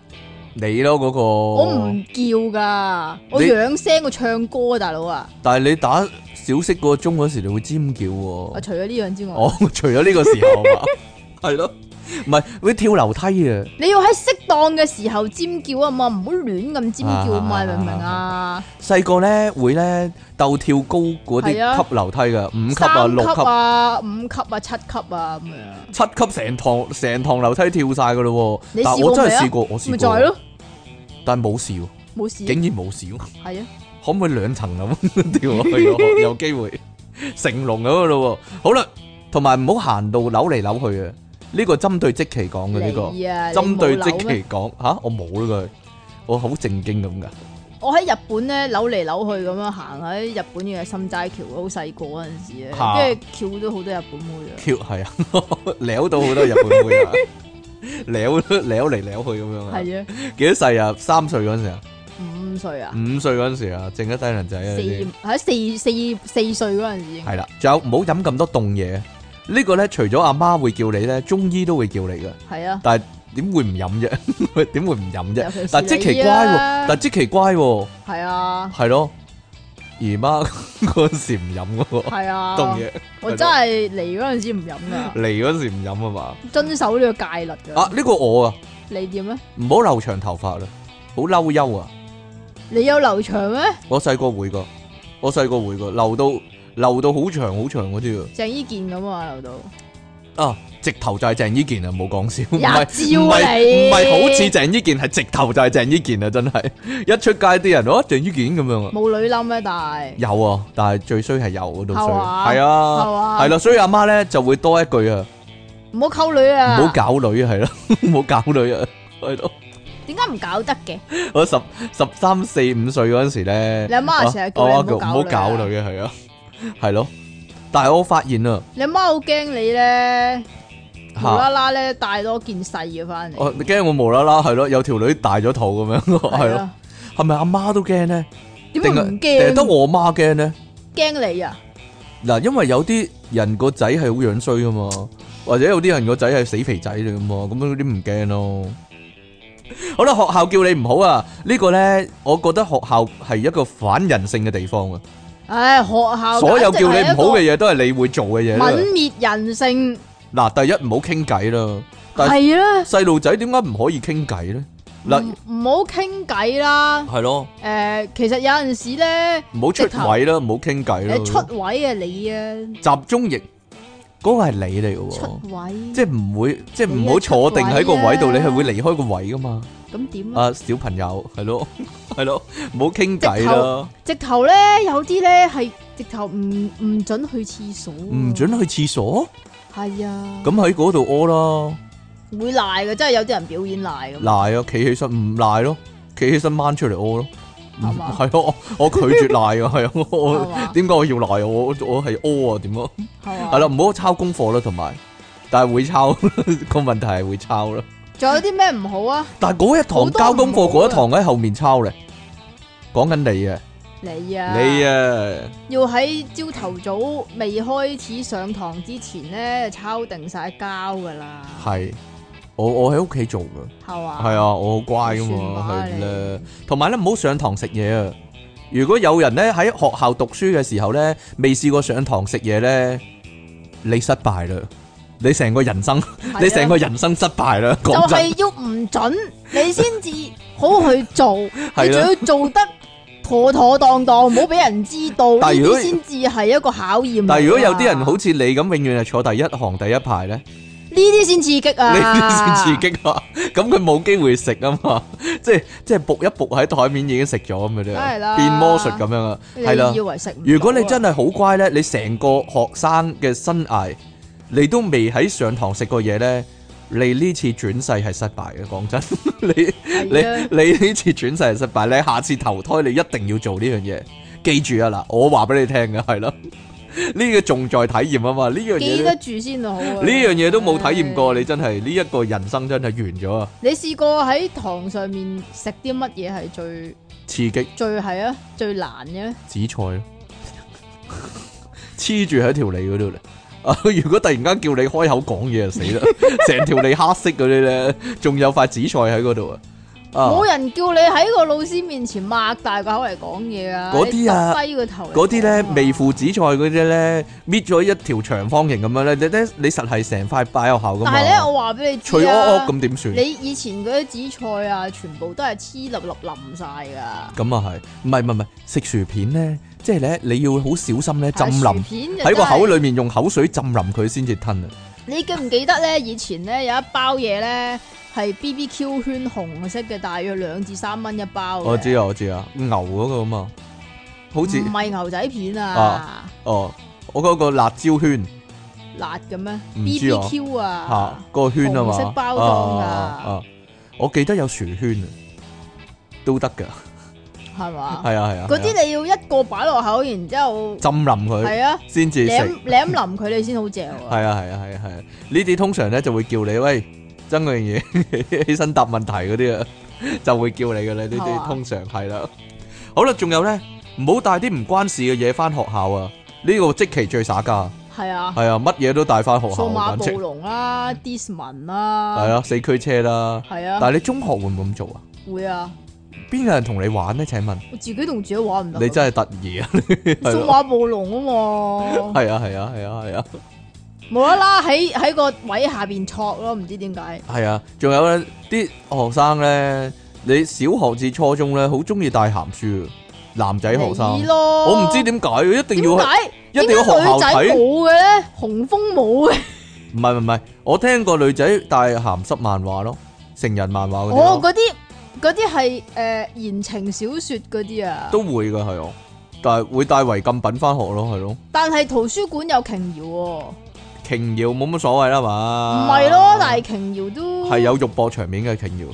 你咯嗰個，
我唔叫噶，我
哦你
養聲我唱歌啊，大佬啊！
但係你打小息嗰個鐘嗰時，你會尖叫
啊，
喎。哦
除咗呢樣之外，
哦，除咗呢個時候啊，系咯，唔系会跳楼梯啊！
你要喺適當嘅時候尖叫啊嘛，唔好亂咁尖叫啊嘛，
啊
明唔明啊？
细个咧會咧鬥跳高嗰
係啊
啲級樓梯嘅，五級啊、
三
六
級
級、
啊、五級啊、七級啊咁樣，
七級成堂成堂樓梯跳晒噶咯
你
喎。但
試
係
過
我真係
未啊
試過，我
咪就
試
係
過，
咯，
但係冇事喎，
冇事，啊
竟然冇事喎。
係啊，
可唔可以兩層樓跳落去咯？有機會成龍咁嘅咯喎。好啦，同埋唔好行到扭嚟扭去啊！呢個針對即期講嘅呢個，
你啊，
針對
對
即期講吓，我冇呢句，我好正經咁噶。
我喺日本咧扭嚟扭去咁樣行啊喺日本嘅心齋橋，好細個嗰陣時啊咧，
嚇
跟住翹咗好多日本妹啊，
Q 係啊， 撩到好多日本妹啊， 撩撩嚟撩去咁樣啊。
係啊，
幾多歲啊？三歲嗰陣時啊，
五歲啊，
五歲嗰陣時啊，剩一低能仔啊
四
呢啲。
喺四四四歲嗰陣時應該
係啦，仲有唔好飲咁多凍嘢。呢個咧，除咗阿媽會叫你咧，中醫都會叫你嘅。
係啊，
但係點會唔飲啫？ 點會唔飲
尤其
啫
是？
但係即奇
你
乖喎，哦
啊
但係即奇乖喎，
係啊，
係咯。姨媽 嗰陣時唔飲嗰個
係啊，
凍嘢，
我真係嚟嗰陣時唔飲噶，
嚟嗰陣時唔飲啊嘛。
遵守呢個戒律噶
啊，。呢個我啊，
你點咧？
唔好留長頭髮啦，好嬲憂啊！
你有留長咩？
我細個會個，我細個會個，留到留到好長好長嗰啲啊。
鄭伊健咁啊，留到
啊，直頭就係鄭伊健啊，冇講笑，唔
呀
係
招
唔
啊
係
你
唔係好似鄭伊健，係直頭就係鄭伊健啊！真係一出街啲人，哦，鄭伊健咁樣啊，
冇女冧咩？但係
有啊，但係最衰係有嗰度衰，
係嘛
係啊，
係嘛
係啦，所以阿媽咧就會多一句啊，
唔好溝女
唔
啊！
好搞女啊，係咯， 唔好搞女啊，係咯，
點解唔搞得嘅？
我十十三四五歲嗰陣時咧，
你阿媽成日叫你唔好
啊我阿哥唔好
搞
搞
女啊
女啊，係啊，係咯，但係我發現啊，
你阿媽好驚你咧，無
嚇
啦。啦咧帶多件細嘅翻嚟，
我驚我無啦啦係咯，有條女大咗肚咁樣， 哦係咯，
啊，
係咪阿媽都驚咧？
點解
定係
唔
定係得
驚？
我媽驚咧？
驚你啊！
嗱，因為有啲人個仔係好樣衰噶嘛，或者有啲人個仔係死肥仔嚟噶嘛，咁嗰啲唔驚咯。好啦，學校叫你唔好啊！呢、個呢，我覺得學校係一個反人性嘅地方啊！
唉，學校
所有
簡
叫
直
你
係
唔
一
好嘅
個
嘢都係你會做嘅嘢啊啦。
泯滅人性
嗱，第一唔好傾偈啦，但係
係啦，
細路仔點解唔可以傾偈呢？嗱，啊
唔唔好傾偈啦。
係咯，
誒，其實有陣時咧，
唔好出
直頭
位啦，唔好傾偈啦。
你出位啊你啊，
集中營嗰個係你嚟嘅
出
喎，
位
即係唔會，即係
你
唔
一
好
出
坐定喺個位度，
位
你
啊
係會離開個位噶嘛？
咁點啊？
啊，小朋友，係咯，係咯，唔好傾偈
直
啦
頭，直頭咧有啲咧係直頭唔唔准去廁所，
唔准去廁所，
係啊，
咁喺嗰度屙啦，
會賴嘅，真係有啲人表演賴咁。
賴啊，企起身唔賴咯，企起身掹出嚟屙咯，唔
係嘛
係咯，我我拒絕賴啊，係啊，我
係
我
嘛
點解我要賴啊？我我係屙啊，點啊？
係嘛
係啦，唔好抄功課啦，同埋，但係會 抄個問題係會抄啦。
仲有啲咩唔好啊？
但係嗰一堂
好多
交功課
唔好
嗰
啊
一堂喺後面抄咧，講緊你啊，
你啊，
你
啊，
啊，
要喺朝頭早未開始上堂之前咧，抄定晒交噶啦，
係我我喺屋企做噶，
係嘛？
係啊，我好乖噶
算
嘛，
吧
係
你
啦，同埋咧唔好上堂食嘢啊！如果有人咧喺學校讀書嘅時候咧，未試過上堂食嘢咧，你失敗啦，你成個人生，
係啊，
你成個人生失敗啦，
就
講真
係要唔准你先至好去做，
係
你仲要做
啦。
得妥妥當當，唔好俾人知道，呢
但係如果
啲先至係一個考驗嚟㗎。
但係如果有啲人好似你咁，永遠係坐第一行第一排咧。
呢啲先刺激啊！
呢啲先刺激啊！咁佢冇機會食啊嘛，即係即係卜一卜喺台面已經食咗咁嘅
梗係
啫，
啦
變魔術咁樣啊，
你
係啦
以。為食唔到啊
如果你真係好乖咧，你成個學生嘅生涯，你都未喺上堂食過嘢咧，你呢次轉世係失敗嘅。講真， 你你
係啊
你呢次轉世係失敗，你下次投胎你一定要做呢樣嘢，記住啊嗱，我話俾你聽嘅係咯，呢個重在體驗啊嘛，呢樣嘢
記
呢
得住先好啊！呢
呢樣嘢都冇體驗過，你真係呢一個人生真係完咗啊！
你試過喺堂上面食啲乜嘢係最
刺激
最係啊最難嘅咧？
紫菜啊咯，黐住喺條脷嗰度咧。 啊！如果突然間叫你開 口講嘢就死啦，成條脷黑色嗰啲咧，仲有塊紫菜喺嗰度啊！啊
冇人叫你喺個老師面前擘大個口嚟講嘢啊！
嗰啲啊
你耷低個頭嚟講啊
嗰啲咧微父子菜嗰啲咧，搣咗一條長方形咁樣咧，你咧你實係成塊擺入口噶嘛？
但係咧，我話俾你知
啊脆
啊
屙屙咁點算？
你以前嗰啲紫菜啊，全部都係黐粒粒冧晒㗎。
咁啊係，唔係唔係唔係食薯片咧，即係咧你要好小心咧浸
係
淋
啊薯片就
喺個
真係
口裏面用口水浸淋佢先至吞啊！
你記唔記得咧？以前咧有一包嘢咧係 B B Q 圈紅色嘅，大約兩至三蚊一包嘅。
我知啊我知啊，牛嗰個啊嘛，好似
唔係牛仔片啊
啊，哦我嗰個辣椒圈
辣嘅咩
唔
？B
知
B
啊
Q
嚇
啊，
個圈啊嘛，
紅色包裝㗎
啊啊啊我記得有薯圈啊，都得㗎，
係嘛？
係啊係
啊
啊，
嗰
係啊
啲你要一個擺落口，然之後
浸淋佢
係啊，
先至食。
舐舐淋佢你先好嚼啊。
係啊係啊係啊係啊！呢啲通常咧就會叫你喂，真嗰樣嘢 起身答問題嗰啲啊， 就會叫你噶啦。呢
係嘛
啲通常係啦。好啦，仲有咧，唔好帶啲唔關事嘅嘢翻學校啊！呢個即期最耍噶，
係啊，
係啊，乜嘢都帶翻學校
數
啊，
碼
簡直
暴龍啦，Discman 啦，
係，啊，四驅車啦。
係
但
啊，
係你中學會唔會咁做啊？
會啊，
邊有人同你玩呢？請問
我自己同自己玩唔得㗎。
你真係特意 啊！係
數
咯
碼暴龍啊嘛，
係啊係啊係啊係啊！
無啦啦喺喺個位下邊戳咯，唔知點解。
系啊，仲有咧，啲學生咧，你小學至初中咧，好中意帶鹹書，男仔學
你
生，
咯，
我唔知點解，一定
點
要去，
解
一
點
定
解
要學校
女仔
睇。
冇嘅咧？紅枫冇嘅，
唔係唔係，我聽過女仔帶鹹濕漫畫咯，成人漫畫嗰
哦
啲，咯
嗰啲嗰啲係诶言情小说嗰啲啊，
都會噶係我，但係會帶違禁品翻學咯，係咯，
但係圖書館有瓊瑤喎，
瓊瑤冇乜所謂啦
唔
嘛。
係咯，但係瓊瑤都
啊係有肉搏場面嘅瓊瑤，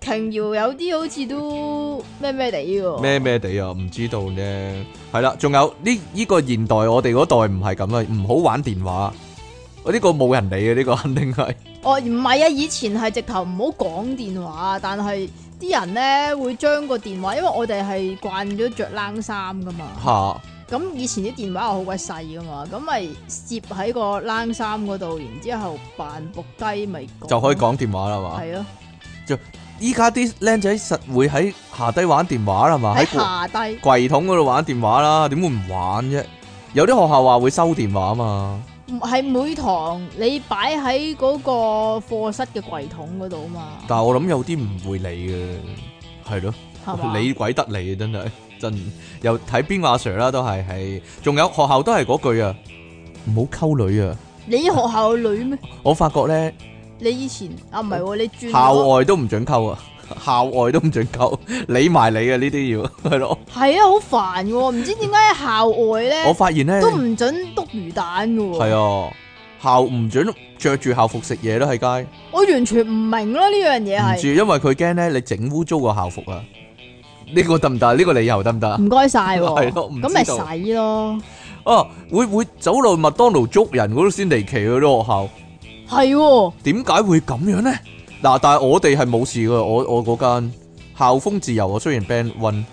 琼瑶有啲好似都咩咩地喎，
咩咩地啊，唔知道呢。係啦，仲有呢呢個現代我哋嗰代唔係咁啊，唔好玩電話，我呢個冇人理嘅呢個肯定係。
哦唔係啊，以前係直頭唔好講電話，但係啲人咧會將個電話，因為我哋係慣咗着冷衫噶嘛，
吓，
咁以前啲電話係好鬼細噶嘛，咁咪攝喺個冷衫嗰度，然之後扮仆雞咪講
就可以，講啊電話啦嘛。
係咯，
依家啲僆仔實會喺下低玩電話啦嘛，啊喺
喺
櫃
下低
櫃桶嗰度玩電話啦，點會唔玩啫？有啲學校話會收電話嘛，
唔係每堂你擺喺嗰個課室嘅櫃桶嗰度嘛，
但係我諗有啲唔會理嘅，係咯，
係嘛？
理鬼得你啊真係真又睇邊個阿 Sir 啦，都係係，仲有學校都係嗰句啊，唔好溝女啊！
你學校有女咩？
我發覺咧
你以前啊唔係喎，你轉
校
咗
外都唔准溝啊， 校外都唔准溝， 理埋你啊呢啲要係 咯，
係啊，好煩嘅喎，唔知點解喺校外
我
咧
發現咧
都唔准篤魚蛋嘅喎。
系嗯啊，校唔准着住校服食嘢咯，喺街
我完全唔明咯呢樣嘢
唔住，
係。
因為佢驚咧你整污糟個校服啊。呢個得唔得？呢個理由得唔得啊？
唔該晒喎，
係咯唔知道
咁咪洗咯，
啊，會會走落麥當勞捉人嗰度先離奇啊！啲學校
係喎，
點解會咁樣呢？嗱，但係我哋係冇事噶，我我嗰間校風自由啊，雖然 band one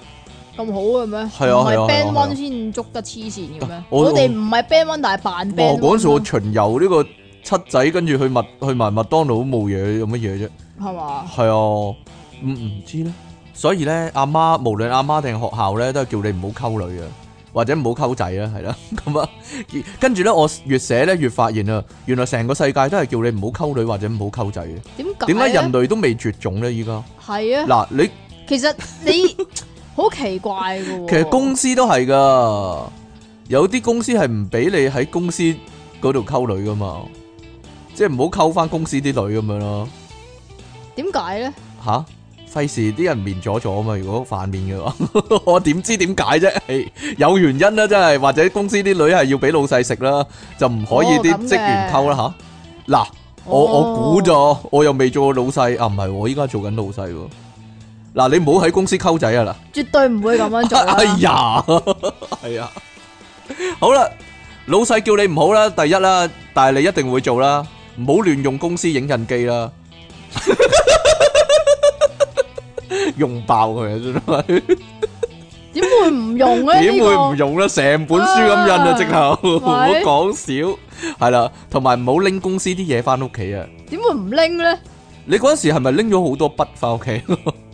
咁好嘅咩？
係啊
唔
係啊
係
係啊
band
係啊
one 先捉得黐線嘅咩？
我
我哋唔係 band one，但係扮
哇，
band
嗰陣時
one
我
咯
巡遊呢個七仔，跟住去麥去埋麥當勞都冇嘢，有乜嘢啫？
係嘛？
係啊，唔唔知咧。所以咧，阿媽無論阿媽定學校咧，都係叫你唔好溝女啊，或者唔好溝仔啦，係 啦。咁啊，而跟住咧，我越寫咧越發現啊，原來成個世界都係叫你唔好溝女或者唔好溝仔嘅。
點解？
點解人
類
類都未絕種咧？依家
係啊？
嗱，你
其實 你好奇怪嘅喎。
其實公司都係噶，有啲公司係唔俾你喺公司嗰度溝女噶嘛，即係唔好溝翻公司啲女咁樣咯。
點解咧？
吓，費事啲人面阻阻啊嘛！如果反面嘅話， 我點知點解啫？係有原因啦，真係或者公司啲女係要俾老細食啦，就唔可以
哦
啲
咁嘅哦
職員溝啦吓。嗱，我我估咗，我又未做過老細啊，唔係我依家做緊老細喎。嗱，你唔好喺公司溝仔啊啦！
絕對唔會咁樣做啦。 啊
哎呀，係啊，好啦，老細叫你唔好啦，第一啦，但係你一定會做啦，唔好亂用公司影印機啦， 用爆佢啊真係，
點會唔用咧？
點會唔
呢
用啦？成本書咁印啊，
啊
直頭唔好
喂
講少，係啦，同埋唔好拎公司啲嘢翻屋企啊，
個？點會唔拎咧？
你嗰陣時係咪拎咗好多筆翻屋企？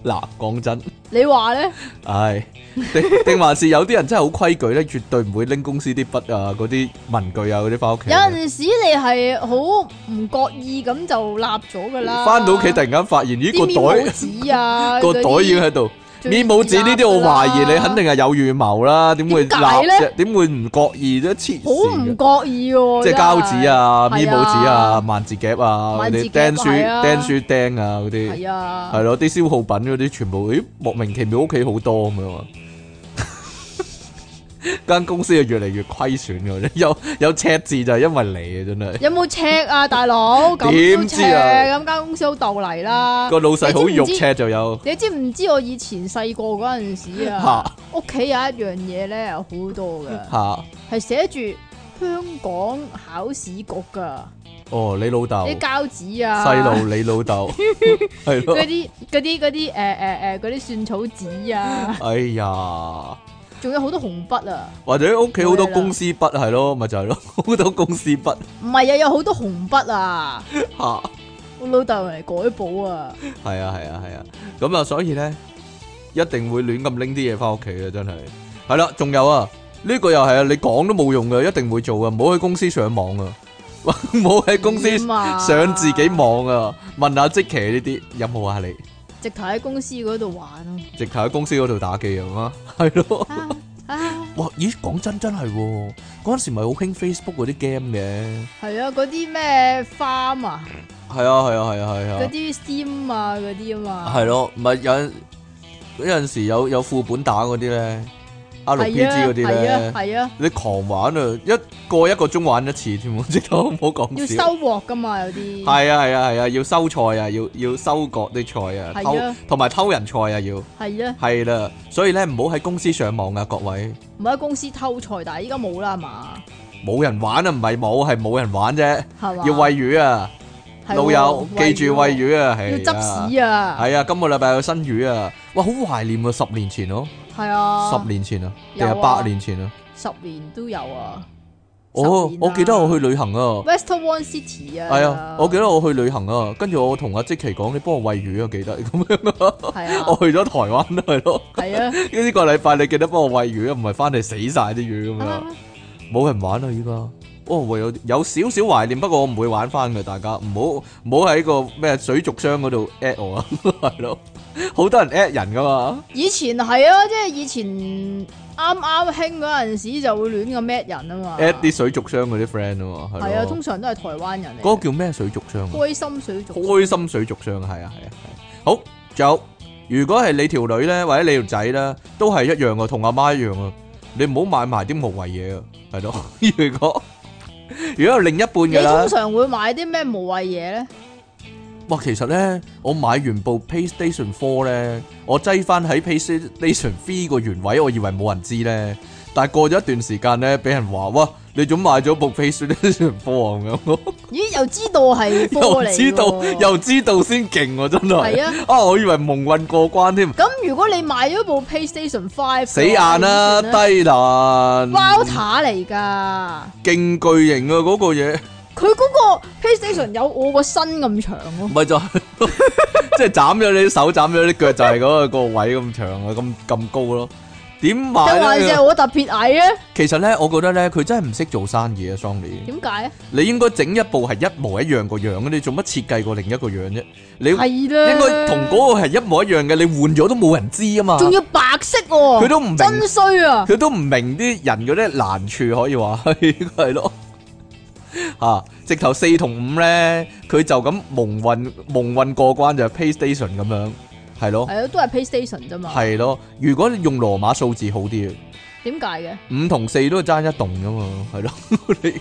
嗱，講真，
你話咧，
唉，定定還是有啲人真係好規矩咧，絕對唔會拎公司啲筆啊、嗰啲文具啊嗰啲翻屋企
有。陣時你係好唔覺意咁就立咗噶啦。
翻到屋企突然間發現，咦
啲
個
面
袋
冇紙啊，
個
嗰啲
袋已經喺度。面冇紙呢啲，我懷疑你肯定係有預謀啦，點會立
點解呢
啫？點會唔覺意啫？黐
好唔
線嘅
覺意喎。
即係膠紙啊、
真係
面冇紙啊、萬字夾啊、嗰
萬字
啲
夾係
釘書
啊
釘書釘啊嗰
真
啲
係，。係啊，
係咯，啲消耗品嗰啲全部，咦，莫名其妙屋企好多咁樣啊！ 間公司就越嚟越虧損嘅， 有有赤字就係因為你啊，真係
有冇尺啊，大佬？咁
點
都
知
尺，
啊
咁間公司好鬥嚟啦。
個老細好
你知
肉
唔知
赤就有
你知唔知我以前細個嗰陣時
嚇
啊，屋企有一樣嘢咧，有好多 嘅，
嚇
係寫住香港考試局噶
哦，你老豆
啲膠紙啊，
細路，你老豆係咯
嗰，啲嗰啲嗰啲誒誒誒嗰啲蒜草紙 啊，
哎呀，
仲有好多紅筆啊，
或者屋企好多
冇嘢啦
公司筆係咯，咪就係咯，好多公司筆
唔係啊，有好多紅筆啊，
嚇。
我老豆嚟改簿啊，
系啊系啊系啊，咁啊所以咧，一定會亂咁拎啲嘢翻屋企嘅，真係。係啦，仲有啊，呢、個又係啊，你講都冇用嘅，一定會做啊，唔好喺公司上網啊， 唔好喺公司
點啊
上自己，網啊，問下即奇呢啲有冇啊你，
直頭喺公司嗰度玩啊
直頭喺公司嗰度打機啊 嘛，係咯。
啊，啊
哇，咦，講真真係喎，嗰陣時咪好興 Facebook 嗰啲 game 嘅，
係啊，嗰啲咩 farm 啊，
係啊係啊係啊係啊
嗰。啲 steam 啊，嗰啲啊嘛。
系咯，唔係有陣有阵时有有副本打嗰啲咧
係
，RPG 嗰啲
係啊
咧，
係啊，
你狂玩啊，一個一個鐘玩一次添 喎，直頭唔好
要
講
收
笑。
穫噶嘛有啲。
係啊係啊係啊，要收菜啊，要要收割啲菜啊，
係
偷
啊
同埋偷人菜啊要，
係啊，
係啦，所以咧唔好喺公司上網啊，各位，
唔係喺公司偷菜，但係依家冇啦係嘛，
冇人玩啊，唔係冇，係冇人玩啫，
係嘛？
要餵魚啊，
係喎
老友記住餵，魚啊，
喎
係
要
啊
執屎啊，
係啊，今個禮拜有新魚啊，哇，好懷念啊，十年前咯。
係啊，
十年前啊，定
有
係
啊
八年前啊？
十年都有啊。
哦
十年，啊
我記得我去旅行啊，
Western One City 啊，
係啊，我記得我去旅行啊，跟住我同阿即奇講，你幫我餵魚啊，記得 咁樣啊，
係啊，
我去咗台灣啊係咯，
係 啊，
呢個禮拜你記得幫我餵魚啊，唔係翻嚟死晒啲魚咁樣啊，冇人玩啊依家，哦，唯有有少少懷念，不過我唔會玩翻嘅，大家唔好唔好喺個咩水族箱嗰度 at 我啊， 係咯，好多人 at 人噶嘛，
以前係啊，即係以前啱啱興嗰陣時就會亂咁 at 人啊嘛
at 啲水族箱嗰啲 friend 啊嘛，
係
係
啊，
咯
通，常都係台灣人嚟
嗰
嘅。
個叫咩水族箱啊？
開心水族
開心水族箱係啊係啊係。好，仲有，如果係你條女咧，或者你條仔咧，都係一樣嘅，同阿媽一樣啊。你唔好買埋啲無謂嘢啊，係咯。如果如果有另一半
你
嘅啦
通，常會買啲咩無謂嘢咧？
哇，其實咧，我買完部 PlayStation Four 咧，我擠翻喺 PlayStation Three 個原位，我以為冇人知咧。但係過咗一段時間咧，俾人話哇，你總買咗部 PlayStation Four 咁樣咯，
咦，又知道係科
又
嚟，
知道又知道先勁喎，真係。
係啊！
啊，我以為蒙混過關添。
咁如果你買咗部 PlayStation Five，
死硬啦，
咁點算咧
低能，
Router 嚟㗎，
勁巨型啊！嗰、個 嘢，
佢嗰個 PlayStation 有我個身咁長咯，
咪就係 即係斬咗你啲手，斬咗你啲腳，就係嗰個個位咁長啊，咁咁高咯。點
定
買
還是
咧？
係我特別矮咧？
其實咧，我覺得咧，佢真係唔識做生意啊，Sony。
點解啊？
你應該整一部係一模一樣個樣，你做乜設計過另一個樣啫？你應
係啦，
該同嗰個係一模一樣嘅，你換咗都冇人知啊嘛。
仲要白色喎，
佢都唔明
真衰 啊！
佢都唔明啲人嗰啲難處，可以話 係咯。嚇、直頭四同五咧，佢就咁蒙混蒙混過關就係 PlayStation 咁樣，係咯，
係啊，都係 PlayStation 啫嘛，
係咯。如果你用羅馬數字好啲嘅，
點解嘅？
五同四都爭一棟噶嘛，係咯。 你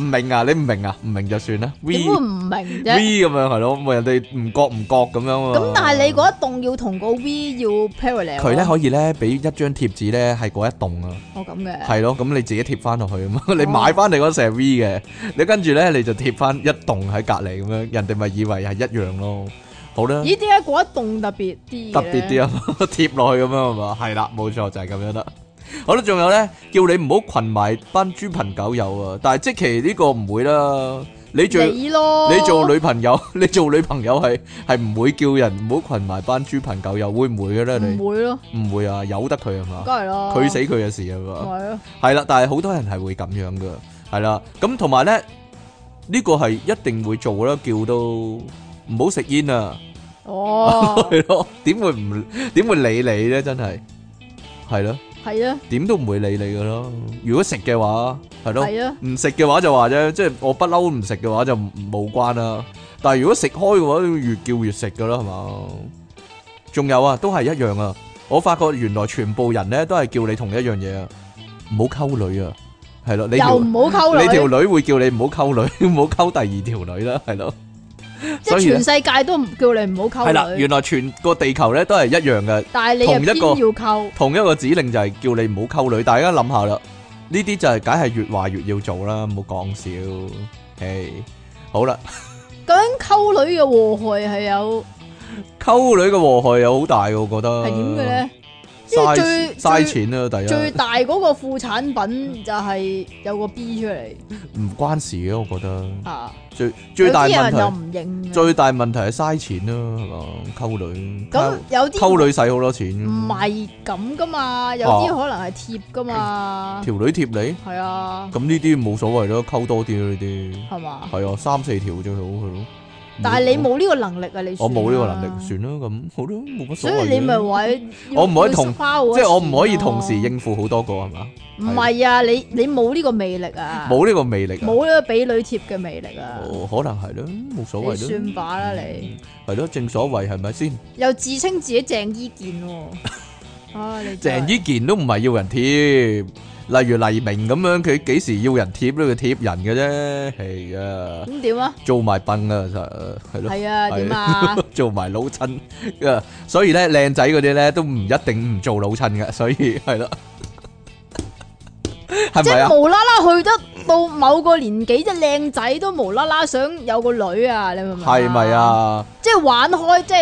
唔明啊？你唔明啊？唔明就算啦。V
點會唔明啫？
V 咁樣係咯，咪人哋唔覺唔覺咁樣啊。
咁但係你嗰一棟要同個 V 要 parallel，
佢咧可以咧俾一張貼紙咧係嗰一棟啊。
我咁嘅，
係咯，咁你自己貼翻落去啊嘛，你買翻嚟嗰成 V 嘅，你跟住咧你就貼翻一棟喺隔離咁樣，人哋咪以為係一樣咯。好啦，
咦？點解嗰一棟特別啲嘅咧？
特別啲啊，貼落去咁樣係嘛，係啦，冇錯就係咁樣啦。好啦，仲有咧，叫你唔好群埋班豬朋狗友啊！但係即期呢個唔會啦，你做你
你咯，
做女朋友， 你做女朋友係係唔會叫人唔好群埋班豬朋狗友，會唔會嘅咧？你
唔會咯，
唔會啊，由得佢係嘛，
梗係啦，
佢死佢嘅事啊
咪
嘛。
咯，
系啦，但係好多人係會咁樣噶，係啦，咁同埋咧呢個係一定會做啦，叫到唔好食煙啊，
哦，
係咯，點會唔點會理你咧？真係係咯，
係啊，
點都唔會理你噶咯。如果食嘅話，係咯，
係啊，
唔食嘅話就話啫，即係我不嬲唔食嘅話就唔冇關啦。但係如果食開嘅話，越叫越食噶啦，係嘛？仲有啊，都係一樣啊。我發覺原來全部人咧都係叫你同一樣嘢啊，唔好溝女啊，係咯，你
又
條
唔好
你條
溝女，
女會叫你唔好溝女， 唔好溝第二條女啦，係咯，
即
所
係
以呢
全世界都唔叫你唔好
係啦，
溝女
原，來全個地球咧都係一樣嘅，
但係你又
同一
偏
個
要溝，
同一個指令就係叫你唔好溝女，大家諗下啦，呢啲就係梗係越話越要做啦，唔好講笑，嘿，好啦。
究竟溝女嘅禍害係有
溝女嘅禍害有好大嘅，我覺得
係點嘅咧？
啊
即係
嘥
最
嘥錢啊！第
最
一
大嗰個副產品就係有個 B 出嚟
唔關事嘅，我覺得
啊，
最最大
有啲人又
問題
唔認嘅啊
最大問題係嘥錢啦，係嘛？溝女
咁
溝
有啲
啊
嗯
溝女嗯使好多錢，
唔係咁噶嘛，有啲可能係貼噶嘛，
條女貼你
係啊，
咁呢啲冇所謂咯，溝多啲咯呢啲
係嘛？
係啊，三四條最好係咯。
但係你冇呢個能力啊，你
我
算啦
冇呢個能力，，算啦咁好啦，冇乜
所
所謂嘅。
以你咪話
我唔可以同即係我唔可以同時
時
應付好多個係嘛？
唔係啊，你你冇呢個魅力啊，
冇呢個魅力啊，
冇呢個俾女貼嘅魅力啊，
哦可能係咯，冇所
你
謂咯。
算把啦
ừ.
你，
系咯，正所謂係咪先？
又自稱自己鄭伊 健喎，啊你真係
鄭伊健都唔係要人貼，例如黎明咁樣，佢幾時要人貼呢？佢貼人嘅啫，係啊，
咁點啊？
做埋笨啊，實係咯，
係啊， 點啊？
做埋老親啊，所以咧靚仔嗰啲咧都唔一定唔做老親嘅，所以係 咯，係
即
咪
係
啊？
無啦啦去得到某個年紀，即係靚仔都無啦啦想有個女啊！你明唔明？
係咪？啊？
即係玩開，即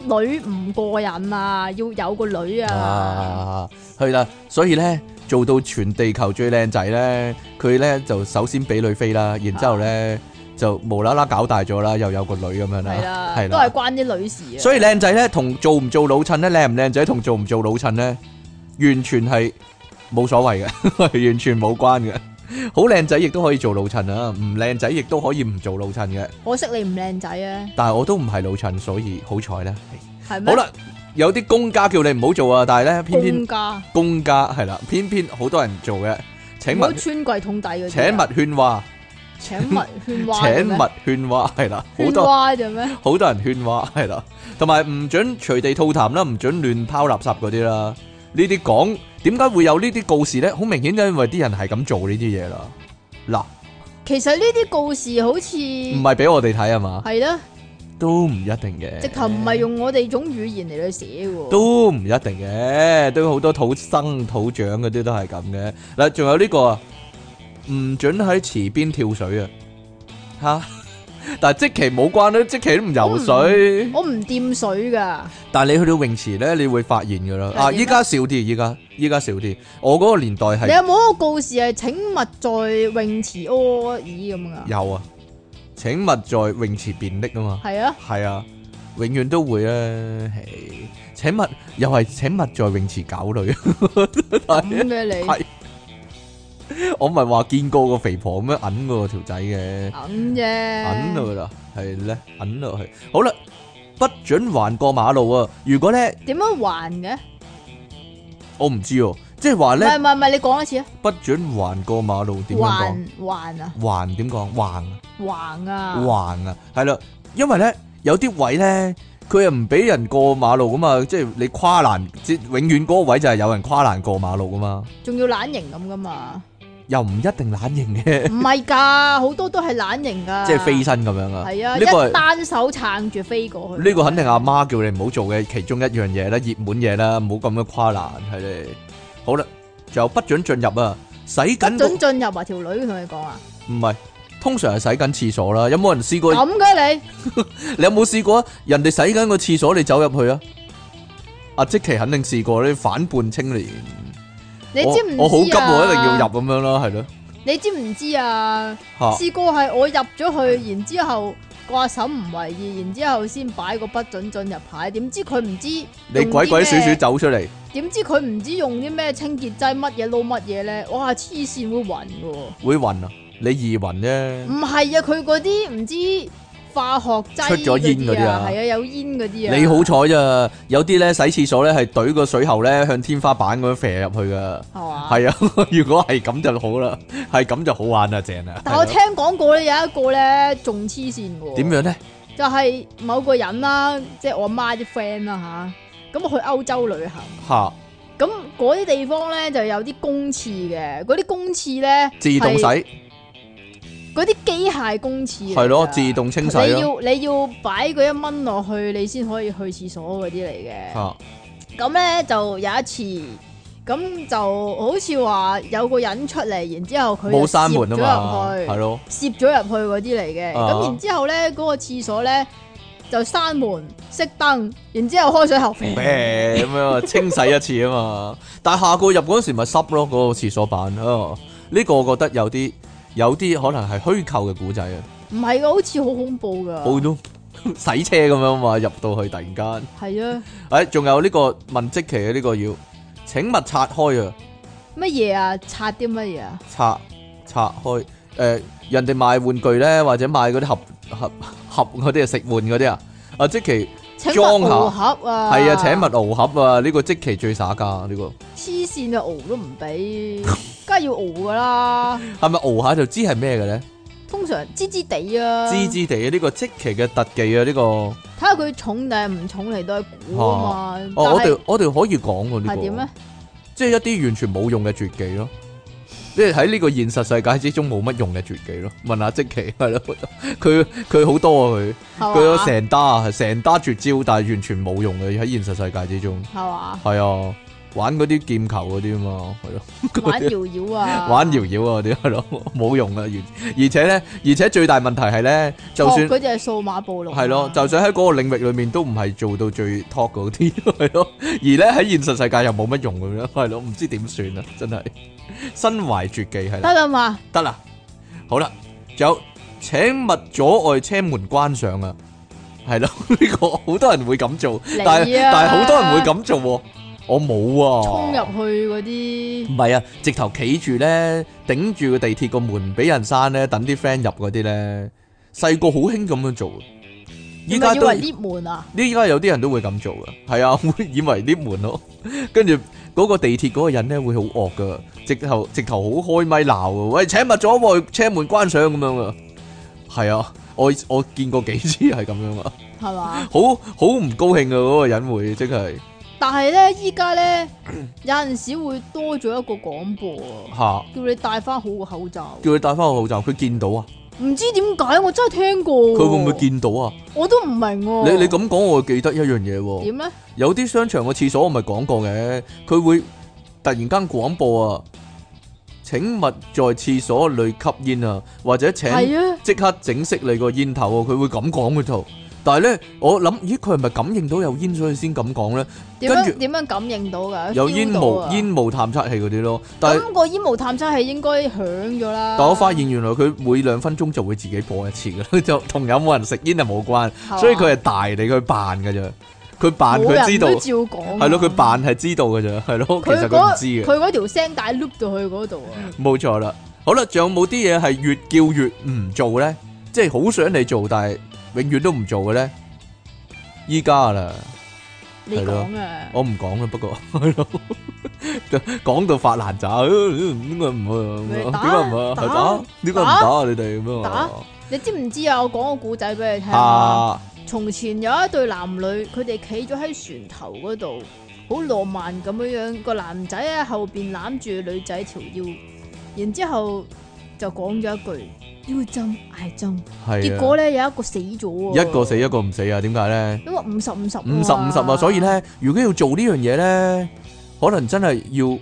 係啲女唔過癮啊，要有個女啊！
啊，係啦，所以咧做到全地球最靚仔咧，佢咧就首先俾女飛啦，然之後咧就無啦啦搞大咗啦，又有個女咁樣
啊係
啦，
啦，
係
都係
啦。
關啲女事啊！
所以靚仔咧同做唔做老襯咧，靚唔靚仔同做唔做老襯咧，完全係冇所謂嘅， 完全冇關嘅。好靚仔亦都可以做老襯啊，唔靚仔亦都可以唔做老襯嘅。
可惜你唔靚仔啊，
但係我都唔係老襯，所以好彩咧。
係咩？
好，啦，有啲公家叫你唔好做啊，但係咧偏偏。
公家
公家係啦，偏偏好多人做嘅。請
唔好
勿
穿櫃桶底嗰啲啊。
請勿喧譁，
請勿勸話
請
嘅咩，
勿喧譁係啦，好
勸
多
話啫咩？
好多人喧譁係啦，同埋唔准隨地吐痰啦，唔准亂拋垃圾嗰啲啦。呢啲講點解會有呢啲告示咧？好明顯就因為啲人係咁做呢啲嘢啦。
其實呢啲告示好似
嗱，唔係俾我哋睇係啊嘛，
係啦，
都唔一定嘅。
直頭唔係用我哋種語言嚟去寫嘅喎。
都唔一定嘅，都好多土生土長嗰啲都係咁嘅。嗱，仲有呢個啊，唔准喺池邊跳水啊！吓， 但係即期冇關啦，即期都唔游水。
我唔掂水㗎。
但係你去到泳池咧，你會發現噶啦。
係
啊，
點啊
依家少啲，依家依家少啲。我嗰個年代
你
係
有冇一個告示係請勿在泳池屙屎咁噶？
有啊，請勿在泳池便溺啊嘛。
係啊，
係啊，永遠都會啊。係請勿又係請勿在泳池搞女。啊
咁嘅你
係我咪話見過個肥婆咁樣揞個條仔嘅，
梗啫，
揞落去啦，係咧，揞落去。好啦，不准橫過馬路啊！如果咧，
點樣還嘅？
我唔知喎，即係話
唔係
咧，
唔係唔係，你講一次啊！
不准橫過馬路點樣講？
還還啊，
橫點講？橫啊
還啊，
橫啊，係啦，因為咧有啲位咧，佢又唔俾人過馬路噶嘛，即係你跨欄，即係永遠嗰個位就係有人跨欄過馬路噶嘛，
仲要懶型咁噶嘛？
又唔一定懶型嘅，
唔係㗎， 好多都係懶型㗎，
即係飛身咁樣啊。
係啊，
呢個係
一單手撐住飛過去。
呢個肯定阿媽叫你唔好做嘅其中一樣嘢啦，熱門嘢啦，唔好咁樣跨欄係咧。好啦，就不准進入啊！洗緊
不
個
准進入啊！條女同你講啊，
唔係，通常係洗緊廁所啦。有冇人試過？
咁嘅你
你有冇試過啊人哋洗緊個廁所，你走入去啊？阿即奇肯定試過呢，反叛青年
你
我
知唔知啊
我好急喎，一定要入咁樣咯，係咯
你知唔知啊？
吓
試過係我入咗去，然之後個阿嬸唔為意，然之後先擺個不准進入牌，點知佢唔知
你
用
鬼鬼
啲
祟
咩
祟走出嚟，
點知佢唔知用啲咩清潔劑乜嘢撈乜嘢咧？哇！黐線會暈嘅喎，
會暈啊！你易暈啫
唔，係啊！佢嗰啲唔知化學劑
出咗煙嗰啲啊
啊，係啊，有煙嗰啲啊。
你好彩咋，有啲咧洗廁所咧係懟個水喉咧向天花板咁樣射入去噶，
係嘛？
係啊，如果係咁就好啦，係咁就好玩啦，正啊！
但我
係
聽講過咧，有一個咧仲黐線嘅
咯
喎。
點樣咧？
就係某個人啦，即係我媽啲 friend 啦吓，咁去歐洲旅行，
吓，
咁嗰啲地方咧就有啲公廁嘅，嗰啲公廁咧
自動洗
係嗰啲機械公廁嚟㗎
係咯，自動清洗
你
咯，
啊要你要擺嗰一蚊落去，你先可以去廁所嗰啲嚟嘅。
吓
咁咧就有一次，咁就好似話有個人出嚟，然之後佢
冇
閂
閂門啊嘛，係咯，
攝咗入去嗰啲嚟嘅。
啊
咁然之後咧，嗰、個廁所咧就閂門、熄燈，然之後開水喉。
咩咁 樣清洗一次啊嘛。但係下個入嗰陣時咪濕咯，嗰、個廁所板啊。呢、個我覺得有啲有啲可能係虛構嘅古仔啊，
唔係㗎，好似好恐怖
好
㗎。
都 洗車咁樣嘛，入到去突然間，誒、
係啊，
仲有呢個問即期嘅呢個要請勿拆開啊，
乜嘢啊？拆啲乜嘢啊？
拆拆開誒、呃人哋賣玩具咧，或者賣嗰啲盒盒盒嗰啲啊，食玩嗰啲啊，啊即期
請勿
裝下
敖盒啊！
係啊，請勿敖盒啊，呢、個即期最耍㗎呢個。
黐線啊！敖都唔 俾，梗係要敖噶啦。
系咪熬下就知系咩嘅咧？
通常滋滋地啊，
知知地嘅呢個即期嘅特技啊，呢、個
睇下佢重定係唔重嚟到去估啊嘛。
哦，我
但係
哋我哋可以講喎呢個，
係點咧？
即係一啲完全冇用嘅絕技咯，即係喺呢個現實世界之中冇乜用嘅絕技咯。問下即期係咯，佢佢好多啊佢，
係
佢有
嘛
成打成打絕招，但係完全冇用嘅喺現實世界之中，
係嘛？
係啊，玩嗰啲劍球嗰啲啊嘛，係咯。
玩搖搖啊，
玩搖搖啊嗰啲係咯， 冇用啊！而而且咧，而且最大問題係咧，就算
學嗰只係數碼暴龍啊，
係咯，就算喺嗰個領域裏面都唔係做到最 top 嗰啲， 係咯。而咧喺現實世界又冇乜用咁樣，係咯，唔知點算啊！真係身懷絕技係啦，
得啦嘛。
得啦，好啦，仲有請勿阻礙車門關上啊！係咯， 呢個好多人會咁做，
你啊
但係但係好多人會咁做喎，我冇啊，
衝入去嗰啲
唔係啊，直頭企住咧，頂住個地鐵個門俾人閂咧，等啲 friend 入嗰啲咧，細個好興咁樣做。依家
你咪以
都
為 lift 門啊，
呢依家有啲人都會咁做噶，係啊， 會以為 lift 門咯，跟住嗰個地鐵嗰個人咧會好惡噶，直頭直頭好開咪鬧噶，喂，請勿阻礙車門關上咁樣噶，係啊，我我見過幾次係咁樣啊，
係嘛？
好好唔高興啊嗰個人會，即係
但係咧，依家咧 有陣時會多咗一個廣播啊，
嚇、
叫你戴翻好個口罩。
叫佢戴翻個口罩，佢見到啊，
唔知點解我真係聽過。佢
佢會唔會？見到啊？
我都唔明喎。
你你咁講，我記得一樣嘢喎。
點咧？
有啲商場嘅廁所我咪講過嘅，佢會突然間廣播啊，請勿在廁所裏吸煙啊，或者請
係啊，
即刻整熄你個煙頭啊，佢會咁講嘅就。但係咧，我諗咦，佢係咪感應到有煙所以先咁講咧？
點
跟住
樣點樣感應到㗎？
有
feel
煙
到
霧
啊
煙霧探測器嗰啲咯。但係
咁個煙霧探測器應該響咗啦。
但我發現原來佢每兩分鐘就會自己播一次嘅 啦，就同有冇人食煙就冇關，
係嘛，
所以佢係大你佢扮嘅啫，佢扮
冇人
佢知道
都。照講。
系咯，佢。扮係知道嘅咋，係咯，其
佢
實佢唔知
嗰
嘅，嗯
佢嗰條聲帶 loop 到去嗰度啊！
冇錯啦。好啦，仲有冇啲嘢係越叫越唔做咧？即係好想你做，但係永遠都唔做嘅咧？依家啦，
你
係咯
講啊，
我唔講啦，不過係咯， 講到發爛渣，呃呢個唔啊，
咪
呢
打
個唔啊，係打
打
呢個唔打啊，你哋咁啊
你知唔知啊？我講個故仔俾你聽啊！
啊，
從前有一對男女，佢哋企咗喺船頭嗰度，好浪漫咁樣樣。個男仔喺後邊攬住女仔條腰，然之後就講咗一句 You jump, I jump。
係
結果
啊，
咧有一個死咗喎，
一個死一個唔死啊？點解咧？
因為五十五十
五十五十啊，所以咧，如果要做呢樣嘢咧，可能真係要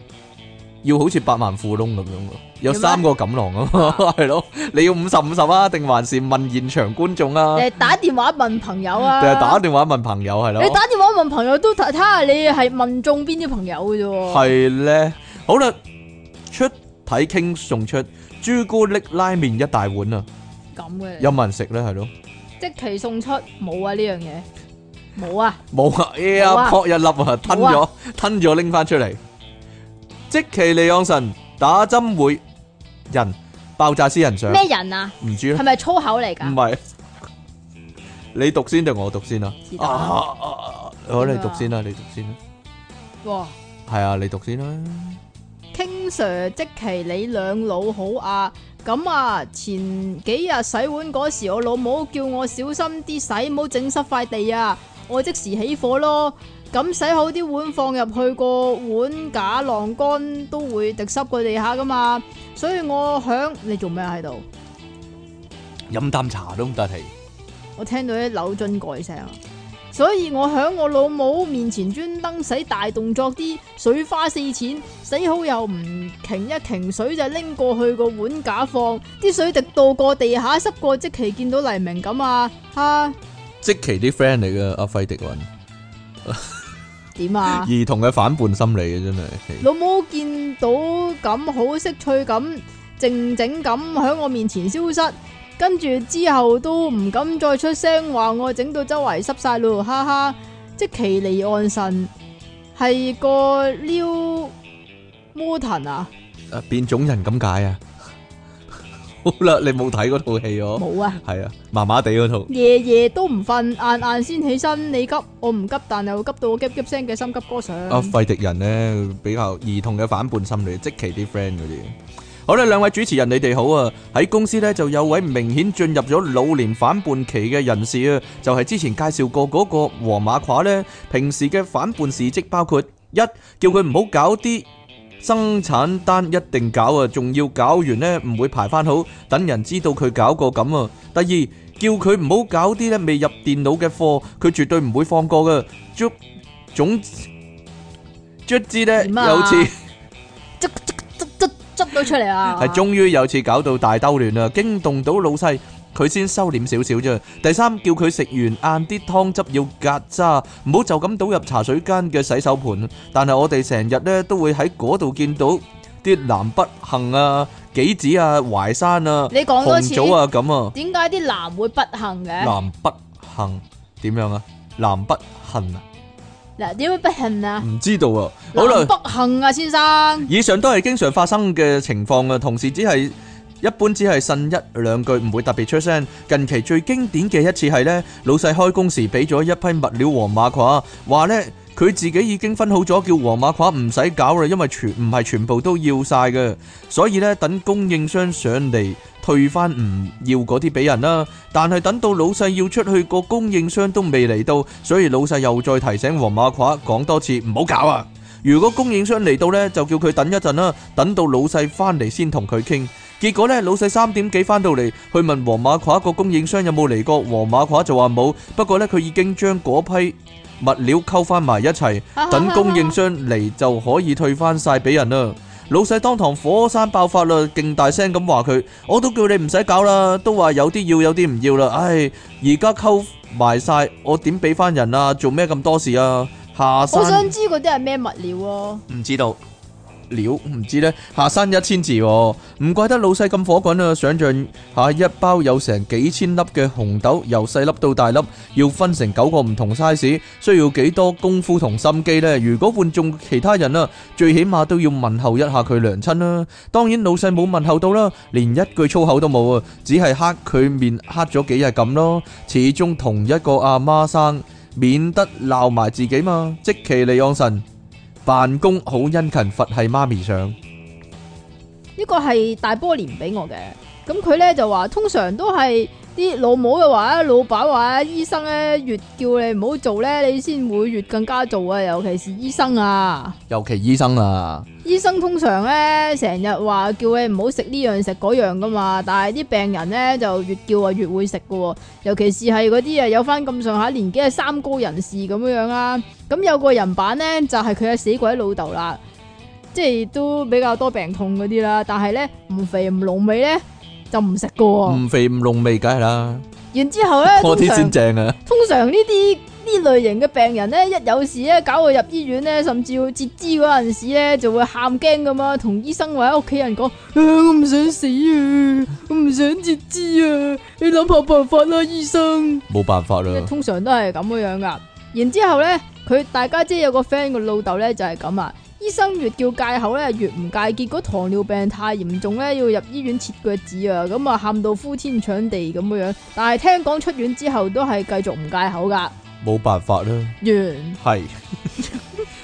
要好似百萬富翁咁樣咯，有三個錦囊啊嘛， 係咯，你要五十五十啊，定還是問現場觀眾啊，
誒打電話問朋友啊，
定係打電話問朋友係
你
咯，
打電話問朋友都睇睇下你係問中邊啲朋友嘅啫喎。
係咧，好啦，出體傾送出朱古力拉麵一大碗啊！
咁嘅
有
嚟，
冇人食咧？係咯，
即期送出冇啊呢樣嘢，冇啊，
冇啊
冇啊
a 扑一粒啊，吞
冇
咗，吞咗拎翻出嚟。即其利昂神打針會人爆炸私人相，
咩人啊？
唔知咧
係，咪粗口嚟㗎？
唔係你讀先定我讀先啊？
是但
啊
啊
啊啊！好，你讀先啦，你讀先啦，
哇！
係啊，你讀先啦。
King Sir 即其你兩老好啊！咁啊，前幾日洗碗嗰時，我老母叫我小心啲洗，唔好整濕塊地啊！我即時起火咯。咁洗好啲碗放入去個碗架晾乾都會滴濕個地下噶嘛，所以我響你做咩啊喺度？
飲啖茶都唔得氣，
我聽到啲扭樽蓋聲啊！所以我喺我老母面前專登使大動作啲，水花四濺，洗好又唔擎一擎水就拎過去個碗架放，啲水滴到個地下濕過即期見到黎明咁啊！哈
即其啲 friend ờ, 嚟嘅阿費迪雲，
點啊？
兒童嘅反叛心理啊，真係。
老母見到咁好識趣咁靜靜咁喺我面前消失，跟住之後都唔敢再出聲話我整到周圍濕晒咯，哈哈！即奇離岸神係個撩 m 騰啊，
啊，變種人咁解 啊！好啦，你冇睇嗰套戲哦，
冇啊！
係啊，麻麻地嗰套，
夜夜都唔瞓，晏晏先起身。你急，我唔急，但又急到我急急聲嘅心急歌上。
阿費迪人咧比較兒童嘅反叛心理，即其啲 friend 嗰啲。好啦，兩位主持人，你哋好啊！喺公司咧就有位明顯進入咗老年反叛期嘅人士啊，就係、之前介紹過嗰個黃馬褂咧，平時嘅反叛事蹟包括一叫佢唔好搞啲。生產單一定搞啊，仲要搞完呢唔會排翻好，等人知道佢搞過咁啊。第二，叫佢唔好搞啲呢未入電腦嘅貨，佢絕對唔會放過噶。卒總卒之呢，
點啊
有次。
執執執執執到出嚟啊！
係終於有次搞到大兜亂啦，驚動到老細，佢先收斂少少啫。第三，叫佢食完晏啲湯汁要隔渣，唔好就咁倒入茶水間嘅洗手盆。但係我哋成日呢都會喺嗰度見到啲南北杏啊、杞子啊、淮山啊、
你講多
紅
次，
棗啊咁啊。
點解啲男會不幸嘅？
南北杏點樣啊？南北杏啊？
嗱，點會不幸啊？
唔知道啊。好啦
南。北幸啊，先生。
以上都係經常發生嘅情況啊，同時只係一般只係呻一兩句，唔會特別出聲。近期最經典嘅一次係呢，老細開工時俾咗一批物料黃馬褂，話呢，佢自己已經分好咗，叫黃馬褂唔使搞啦，因為全唔係全部都要晒嘅，所以呢，等供應商上嚟退翻唔要嗰啲俾人啦。但係等到老細要出去，個供應商都未嚟到，所以老細又再提醒黃馬褂講多次唔好搞啊！如果供應商嚟到呢，就叫佢等一陣啦，等到老細翻嚟先同佢傾。結果呢，老細三點幾翻到嚟，去問黃馬褂個供應商有冇嚟過，黃馬褂就話冇。不過呢，佢已經將嗰批物料溝翻埋一齊，
哦
等供應商嚟就可以退翻晒俾人啦。老細當堂火山爆發啦，勁大聲咁話佢：我都叫你唔使搞啦，都話有啲要有啲唔要啦。唉，而家溝埋晒，我點俾翻人啊？做咩咁多事啊？下
我
山。
想知嗰啲係咩物料啊？
唔知道料唔知呢，下山一千字、喎，唔怪得老細咁火滾啊！想象下一包有成幾千粒嘅紅豆，由細粒到大粒，要分成九個唔同 size，需要幾多功夫同心機呢？如果換中其他人啊，最起碼都要問候一下佢娘親啦。當然老細冇問候到啦，連一句粗口都冇啊，只係黑佢面黑咗幾日咁咯。始終同一個阿媽生，免得鬧埋自己嘛。即其利昂神。辦公好殷勤，佛系媽咪上。
呢個係大波年俾我嘅，咁佢咧就話通常都係啲老母嘅話，老闆話醫生咧越叫你唔好做咧，你先會越更加做啊，尤其是醫生啊。
尤其醫生啊，
醫生通常咧成日話叫你唔好食呢樣食嗰樣噶嘛，但係啲病人咧就越叫啊越會食噶喎，尤其是係嗰啲啊有翻咁上下年紀嘅三高人士咁樣樣啦。咁有個人版咧就係佢嘅死鬼老豆啦，即係都比較多病痛嗰啲啦，但係咧唔肥唔濃味咧就唔食噶喎。
唔肥唔濃味梗係啦，
然之後咧，
嗰
哦通
嗯啲先
常
正啊。
通常呢啲呢呢類型嘅病人咧，一有事咧，搞佢入醫院咧，甚至要截肢嗰陣時咧，就會喊驚咁啊，同醫生或者屋企人講：啊我唔想死啊，我唔想截肢啊，你諗下辦法啦，醫生。
冇辦法啦，
通常都係咁樣樣噶。然之後咧，佢大家姐有個 friend 個老豆咧就係咁啊。醫生越叫戒口咧，越唔戒，結果糖尿病太嚴重咧，要入醫院切腳趾啊！咁啊，喊到呼天搶地咁樣樣。但係聽講出院之後都係繼續唔戒口噶。
冇辦法啦。
完。
系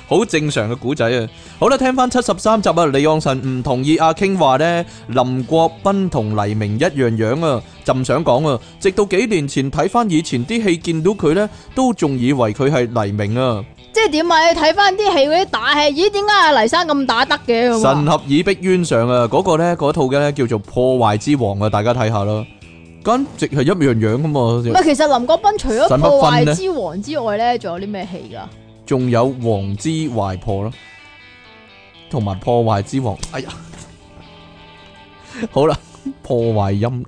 好正常嘅古仔啊！好啦，聽翻七十三集啊，李昂臣唔同意阿 King 話呢，林國斌同黎明一樣樣啊，就唔想講啊。直到幾年前睇翻以前啲戲，見到佢呢，都仲以為佢係黎明啊。
即係點啊？你睇翻啲戲嗰啲打戲，咦？點解阿黎生咁打得嘅咁
神
啊？
合以逼冤上啊！嗰、個呢，嗰套嘅呢，叫做破壞之王啊，大家睇下啦，簡直係一樣樣
唔
噶嘛。
係，其實林國斌除咗
神不
破
分呢
壞之王之外咧，仲有啲咩戲噶？
仲有王之懷破咯，同埋破壞之王。哎呀，好啦，破壞音樂，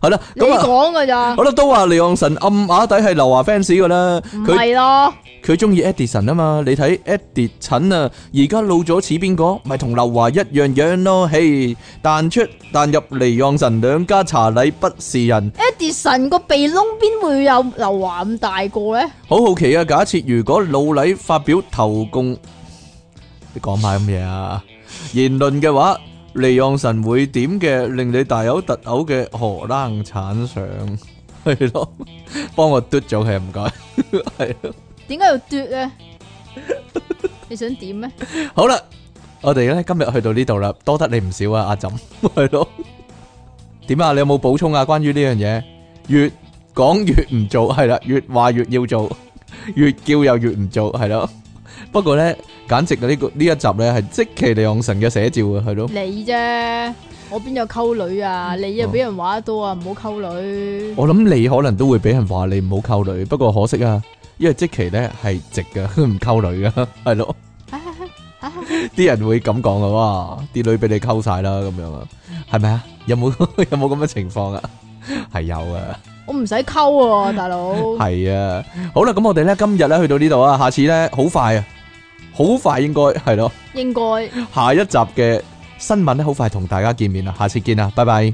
好啦，
你
咁啊，
講噶咋？
好啦，都話離岸神暗啞底係劉華 fans 噶啦，
唔
佢
係咯，
佢中意 Edison 啊嘛，你睇 Edison 啊，而家老咗似邊個？咪同劉華一樣樣咯，嘿，彈出彈入離岸神兩家茶禮不是人。
Edison 個鼻窿邊會有劉華咁大個咧？
好好奇啊！假設如果老禮發表投共，你講埋咁嘢啊？言論嘅話，離岸神會點嘅令你大有特有嘅荷蘭產相係咯？幫我嘟咗佢唔該，係咯。
點解要奪咧？你想點咩？
好啦，我哋咧今日去到呢度啦，多得你唔少啊，阿朕係咯。點啊？你有冇補充啊？關於呢樣嘢，越講越唔做， 係啦，越話越要做， 越叫又越唔做，係咯。不過咧，簡直呢、個呢一集咧係即其利昂神嘅寫照啊，係咯。
你啫，我邊有溝女啊？你又俾人話得多啊，唔好溝女。
我諗你可能都會俾人話你唔好溝女，不過可惜啊，因為即其咧係直噶， 唔溝女噶，係咯。啲人會咁講噶，哇！啲女俾你溝晒啦，咁樣啊，係咪啊？有冇 有冇咁嘅情況啊？係有啊，
我唔使溝喎，大佬。
係啊。好啦，咁我哋咧今日咧去到呢度啊，下次咧好快啊，好快應該係咯。
應該。
啊下一集嘅新聞咧好快同大家見面啦，下次見啦，拜拜。